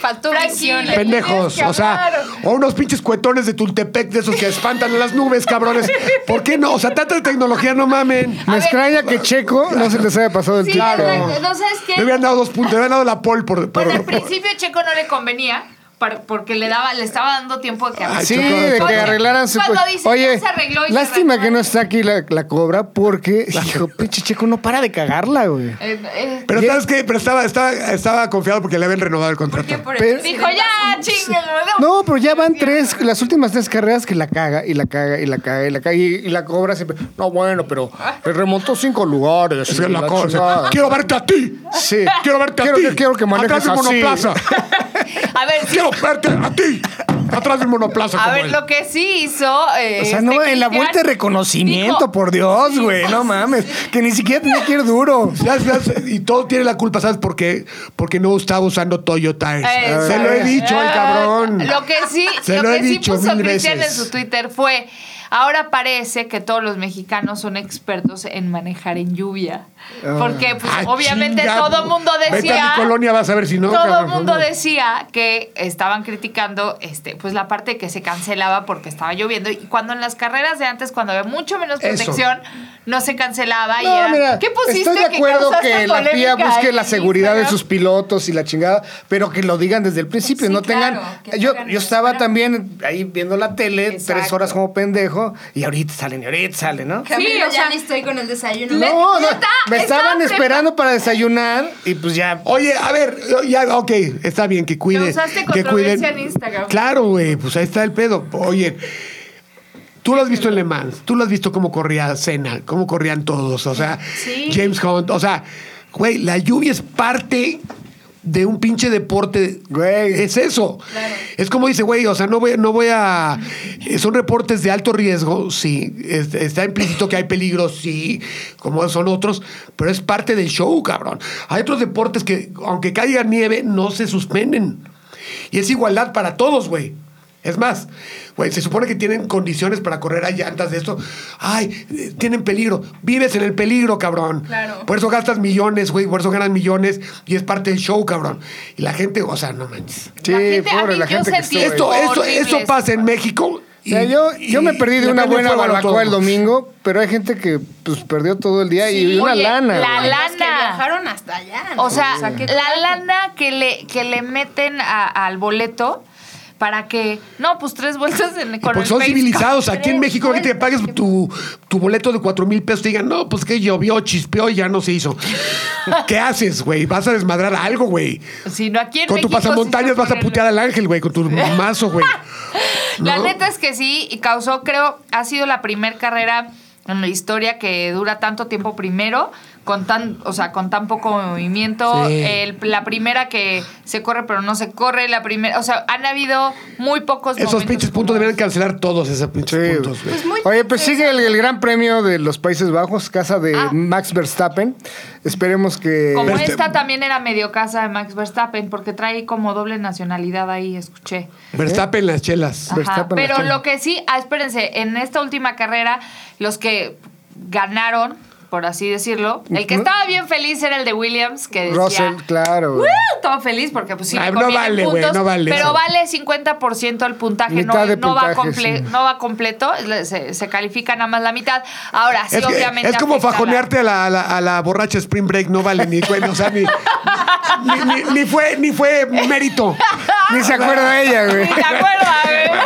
Faltó
Frankie,
visión.
le-
Pendejos,
tenías que
o sea,
hablar.
o unos pinches cuetones de Tultepec de esos que espantan a las nubes, cabrones. ¿Por qué no? O sea, tanta tecnología, no mamen.
Me
A ver.
extraña que Checo no se les haya pasado el
Sí,
tiempo.
exacto. No sabes qué.
Me hubieran dado dos puntos, me hubieran dado la pole por. por-
Bueno, al principio Checo no le convenía par- porque le daba, le estaba dando tiempo de que
Ay,
Sí,
Chocó,
de
chocó.
que arreglaran su...
Cuando
pues-
dice, ya se arregló y se
lástima
arregló.
que no está aquí la, la cobra porque, hijo, pinche Checo no para de cagarla, güey.
Eh, eh,
Pero sabes qué, pero estaba, estaba, estaba confiado porque le habían renovado el contrato.
Por
Pero-
accidente.
dijo, ya, chingue,
No, pero ya van tres, las últimas tres carreras que la caga y la caga y la caga y la caga y, y la cobra siempre... No, bueno, pero
Ah.
me remontó cinco lugares.
Sí,
y
la
la
cosa.
chingada".
Quiero verte a ti.
Sí.
Quiero verte a
quiero,
ti.
que- Quiero que manejes
Atrás del
así.
monoplaza.
A ver, sí,
Quiero verte a ti. Atrás del monoplaza.
A
como
ver,
él.
lo que sí hizo. eh,
O sea,
este
no, en la
Cristian
vuelta de reconocimiento,
dijo,
por Dios, güey. No mames. Que ni siquiera tenía que ir duro.
Ya, ya, y todo tiene la culpa, ¿sabes por qué? Porque no estaba usando Toyota.
Eh,
Se lo he dicho al cabrón.
Lo que sí,
Se
lo,
lo
que
he
sí
dicho
puso
mil
Cristian en
veces.
su Twitter fue. Ahora parece que todos los mexicanos son expertos en manejar en lluvia. Porque pues,
Ah,
obviamente
chinga,
todo el mundo
Vete a
decía.
mi colonia, vas a ver si no.
todo el
cabrón.
mundo decía que estaban criticando este, pues la parte que se cancelaba porque estaba lloviendo. Y cuando en las carreras de antes, cuando había mucho menos
Eso.
protección, no se cancelaba. y
No,
era,
mira,
¿Qué pusiste
estoy de
que
acuerdo
causaste
que la FIA
polémica
busque
en
la seguridad de
Instagram?
sus pilotos y la chingada, pero que lo digan desde el principio,
Pues Sí,
no tengan...
claro, que
yo,
hagan
yo
eso,
estaba
claro.
también ahí viendo la tele tres
Exacto.
horas como pendejo y ahorita salen, y ahorita salen, ¿no?
Camilo,
o sea,
ya ni estoy con el desayuno.
Le-
No, no,
neta,
me estaban
estaba-
esperando para desayunar y pues ya...
Oye, a ver, ya, ok, está bien que cuide.
Causaste
que
controversia en Instagram.
Claro, güey, pues ahí está el pedo. Oye, tú lo has visto en Le Mans, tú lo has visto cómo corría Cena, cómo corrían todos, o sea,
Sí.
James Hunt, o sea, güey, la lluvia es parte de un pinche deporte.
Güey.
Es eso. Es como dice, güey, o sea, no voy, no voy a. eh, Son reportes de alto riesgo, sí. Es- está implícito que hay peligro, sí, como son otros, pero es parte del show, cabrón. Hay otros deportes que, aunque caiga nieve, no se suspenden. Y es igualdad para todos, güey. Es más, güey, se supone que tienen condiciones para correr a llantas de esto. Ay, eh, tienen peligro. Vives en el peligro, cabrón.
Claro.
Por eso gastas millones, güey. Por eso ganas millones. Y es parte del show, cabrón. Y la gente, o sea, no manches.
Sí,
La gente- a
pobre,
mí
la
yo
gente que
sentí eh,
estuvo ahí.
Esto, esto, esto
horrible.
pasa en México. y-
O sea, yo, yo
y-
me perdí
y
de
le
una
prenden
buena
fuego a los
barbacoa el
ojos.
domingo, pero hay gente que pues perdió todo el día
Sí,
y una
oye,
lana.
la
güey.
lana.
Los que viajaron hasta allá. ¿no?
O sea,
¿qué
la
tal?
lana que le, que le meten a- al boleto para que. No, pues tres vueltas en, con
Porque
el
son
Pace
civilizados.
Cup.
Aquí en
Tres
México, que te
vueltas.
pagues tu, tu boleto de cuatro mil pesos, te digan, no, pues que llovió, chispeó y ya no se hizo. ¿Qué haces, güey? Vas a desmadrar algo, güey.
Sí, no, aquí en
Con tu
México sí
pasamontañas
está
vas a
horrible.
putear al ángel, güey, con tu mazo, güey.
La
¿No?
neta es que sí, y causó, creo, ha sido la primer carrera en la historia que dura tanto tiempo primero con tan, o sea, con tan poco movimiento.
Sí.
El- la primera que se corre pero no se corre, la primera, o sea, han habido muy pocos
Esos
momentos
pinches puntos
como
deberían cancelar todos esos pinches
Sí.
puntos. güey.
Pues muy
Oye, pues
triste.
sigue el, el Gran Premio de los Países Bajos, casa de
Ah.
Max Verstappen. Esperemos que...
Como
Verte-
esta también era medio casa de Max Verstappen, porque trae como doble nacionalidad ahí, escuché.
Verstappen las chelas.
Ajá,
Verstappen la
Pero
tiene.
lo que sí, ah, espérense, en esta última carrera, los que ganaron, por así decirlo, el que
Ujú.
estaba bien feliz era el de Williams, que decía...
Russell, claro. güey.
"Woo", Todo feliz porque pues sí,
Ay,
le
Ah, no
convienen
vale, güey,
puntos,
no vale
pero
eso.
vale 50% el puntaje, no,
Mitad de
no va
puntaje,
comple-
sí.
no va completo, le- se, se califica nada más la mitad. Ahora, sí,
es, que-
obviamente...
es como
afecta la-
fajonearte a la, a la- a la borracha Spring Break, no vale ni güey, o sea, ni, ni- ni- ni fue, ni fue mérito.
Ni se acuerda ella,
Sí,
güey.
¿te acuerdas, güey?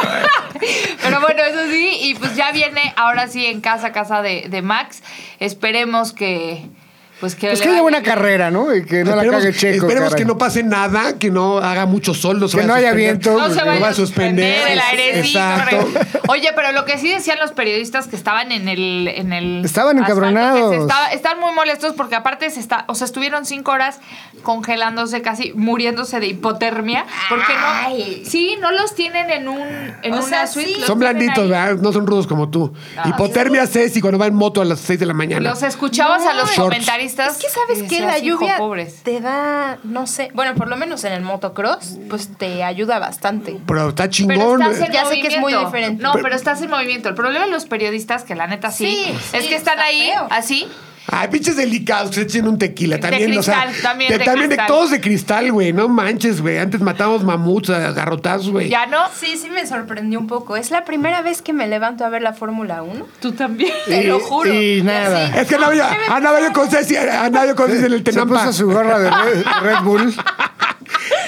Pero bueno, eso sí, y pues ya viene ahora sí en casa, casa de, de Max. Esperemos que. Pues que.
Pues
le
que haya
vaya
buena
bien.
carrera, ¿no? Y que no la
esperemos
cague Checo.
esperemos
caray.
que no pase nada, que no haga mucho sol, no se
Que
vaya
no
a
haya
suspender.
viento.
No se
Lo
vaya
va
a suspender el airecito.
Exacto.
re- Oye, pero lo que sí decían los periodistas que estaban en el. En el
Estaban
asfalto, que se
encabronados.
estaba- están muy molestos porque, aparte, se está, o sea, estuvieron cinco horas congelándose, casi muriéndose de hipotermia. Porque no. Sí, no los tienen en un. En
O
una
sea,
suite,
sí.
los
Son
tienen
blanditos,
ahí.
¿verdad? No son rudos como tú. Hipotermia Ceci cuando va en moto a las 6 de la mañana.
Los escuchabas
No,
a los
shorts.
comentaristas.
Es que
y
sabes que
decías,
la
"Hijo,
lluvia
pobres.
te da, no sé, bueno, por lo menos en el motocross, pues te ayuda bastante.
Pero está
Pero
chingón.
estás en
Ya sé que es muy
movimiento.
diferente.
No, pero estás en movimiento. El problema de los periodistas, que la neta sí,
Sí,
es
sí,
que están
está
ahí,
feo.
así.
Ay, pinches delicados, se echen un tequila
De
también, o sea,
cristal, también de cristal.
todos de cristal, güey, no manches, güey. Antes matábamos mamuts a garrotazos, güey.
Ya no.
Sí, sí me sorprendió un poco. Es la primera vez que me levanto a ver la Fórmula 1.
Tú también.
Y-
Te lo juro.
Y nada.
Es que andaba yo, andaba yo con Ceci, andaba yo con Ceci eh, en el
Se
Tenampa.
puso su gorra de Red, Red Bull.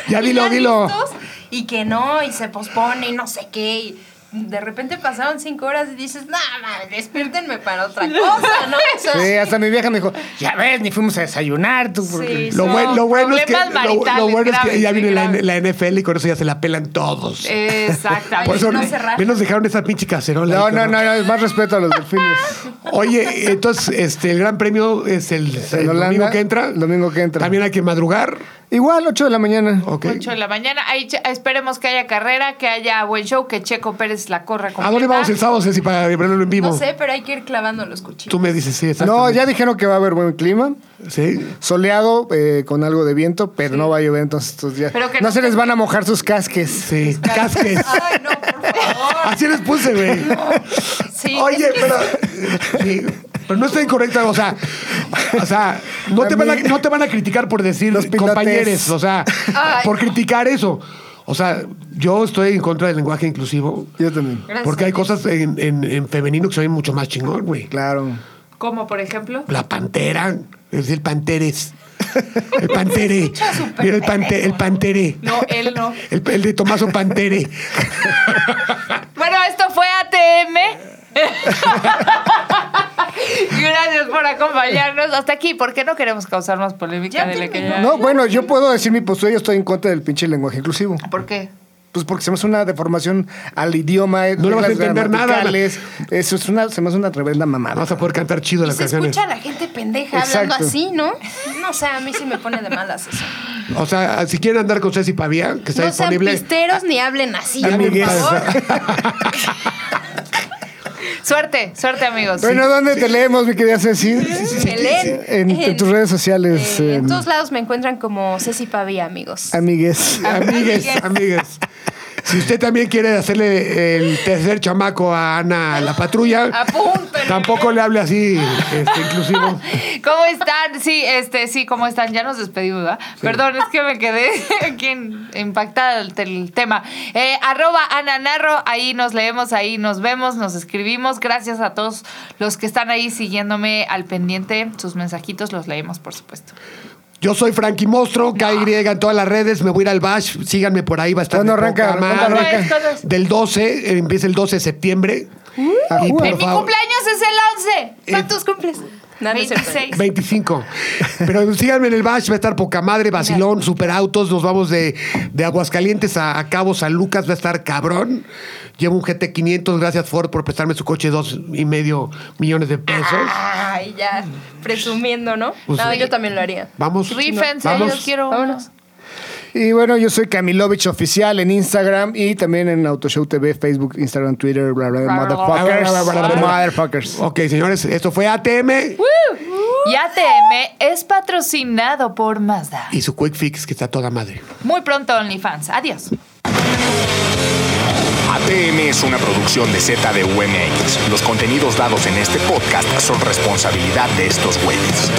Ya
Y
dilo,
ya
dilo.
listos, y que no, y se pospone, y no sé qué. Y de repente pasaron cinco horas y dices, no, mames, despiértenme para otra cosa, ¿no? O sea,
Sí, hasta mi vieja me dijo, ya ves, ni fuimos a desayunar. Tú, porque-
Sí.
Lo,
No,
buen- lo bueno es que,
problemas
lo- lo,
maritales
bueno es que
graves, Eh,
ya
sí,
viene la,
graves.
la NFL y con eso ya se la pelan todos.
Exactamente.
Por eso
no
no-
cerrar.
menos dejaron esa pinche cacerola.
No,
ahí,
no,
cabrón.
no, no, más respeto a los delfines.
Oye, entonces, este, el gran premio es el, el
Holanda,
domingo que entra.
el domingo que entra.
También hay que madrugar.
Igual, 8 de la mañana.
Ok.
8 de la mañana. Ahí che- esperemos que haya carrera, que haya buen show, que Checo Pérez la corra
¿A dónde Ah, vamos el sábado, Ceci, para verlo en vivo?
no sé, pero hay que ir clavando los
Tú
cuchillos.
me dices, sí, exacto.
No, ya dijeron que va a haber buen clima.
Sí.
Soleado, eh, con algo de viento, pero no va a llover entonces estos días.
Pero que
no
no
se
te-
les van a mojar sus casques.
Sí. Casques.
Ay, no, por favor.
Así les puse, güey.
Sí,
Oye,
es que-
pero. sí, Pero no está incorrecta, o sea, o sea, no te, van a, no te van a criticar por decir
Los pilotes.
compañeros, o sea,
Ay.
por criticar eso. O sea, yo estoy en contra del lenguaje inclusivo,
Yo también.
Gracias.
porque hay cosas en, en- en femenino que se ven mucho más chingón, güey.
Claro.
Como por ejemplo.
La pantera, es el panteres. El pantere.
escucha súper
Mira, el, pante, el pantere.
No, él no.
El, el de Tomaso Pantere.
Bueno, esto fue ATM. Gracias por acompañarnos hasta aquí, porque no queremos causar más polémica
Ya
de la que
terminó.
ya-
No, bueno, yo puedo decir mi postura, yo estoy en contra del pinche lenguaje inclusivo.
¿Por qué?
Pues porque se me hace una deformación al idioma, eh,
No le vas a
reglas
entender nada. Ah,
gramaticales. Eso es una, se me hace una tremenda mamada.
Vamos a poder cantar chido
Y
las
se
canciones.
escucha a la gente pendeja hablando
Exacto.
así, ¿no? No, o sea, a mí sí me pone de malas eso.
O sea, si quieren andar con Ceci Pavía, que está
No sean
disponible. Ah,
pisteros ni hablen así, por
Amigues.
favor.
Suerte, suerte, amigos.
Bueno, ¿dónde te leemos, mi querida Ceci?
Me leen
En, en tus redes sociales,
eh,
en-
en todos lados me encuentran como Ceci Pavía, amigos.
Ah.
amigues.
Amigues, amigues. Si usted también quiere hacerle el tercer chamaco a Ana la patrulla,
Apúntenle.
tampoco le hable así, este, inclusivo.
¿Cómo están? Sí, este, sí, ¿cómo están? Ya nos despedimos, ¿verdad? Perdón, es que me quedé aquí en- impactada del del tema. Eh, arroba Ananarro, ahí nos leemos, ahí nos vemos, nos escribimos. Gracias a todos los que están ahí siguiéndome al pendiente. Sus mensajitos los leemos, por supuesto.
Yo soy Frankie Mostro, KY en todas las redes, me voy a ir al Bash, síganme por ahí, va a estar
¿Cuándo
de
arranca?
poca
¿Cuándo
madre.
arranca? ¿Cuándo es?
Del 12, eh, empieza el 12 de septiembre.
Ah,
Y
bueno.
por
¡Mi
favor,
cumpleaños es el 11!
¿Cuántos cumples? No, no es cierto.
26.
25. Pero síganme en el Bash, va a estar poca madre, Basilón, Superautos, nos vamos de, de Aguascalientes a, a Cabo San Lucas, va a estar cabrón. Llevo un GT500, gracias Ford por prestarme su coche de dos y medio millones de pesos.
Ay, ya, presumiendo, ¿no?
Pues
no,
sí.
yo también lo haría.
Vamos.
Rífense,
vamos.
yo quiero uno.
Vámonos.
Y bueno, yo soy Camilovich Oficial en Instagram y también en Autoshow TV, Facebook, Instagram, Twitter, bla, bla,
Bla, bla, bla,
motherfuckers.
bla, bla, bla, bla, bla.
Motherfuckers.
Ok, señores, esto fue ATM
Y ATM es patrocinado por Mazda.
y su Quick Fix, que está toda madre.
Muy pronto OnlyFans. Adiós.
ATM es una producción de ZDUMX. Los contenidos dados en este podcast son responsabilidad de estos güeyes.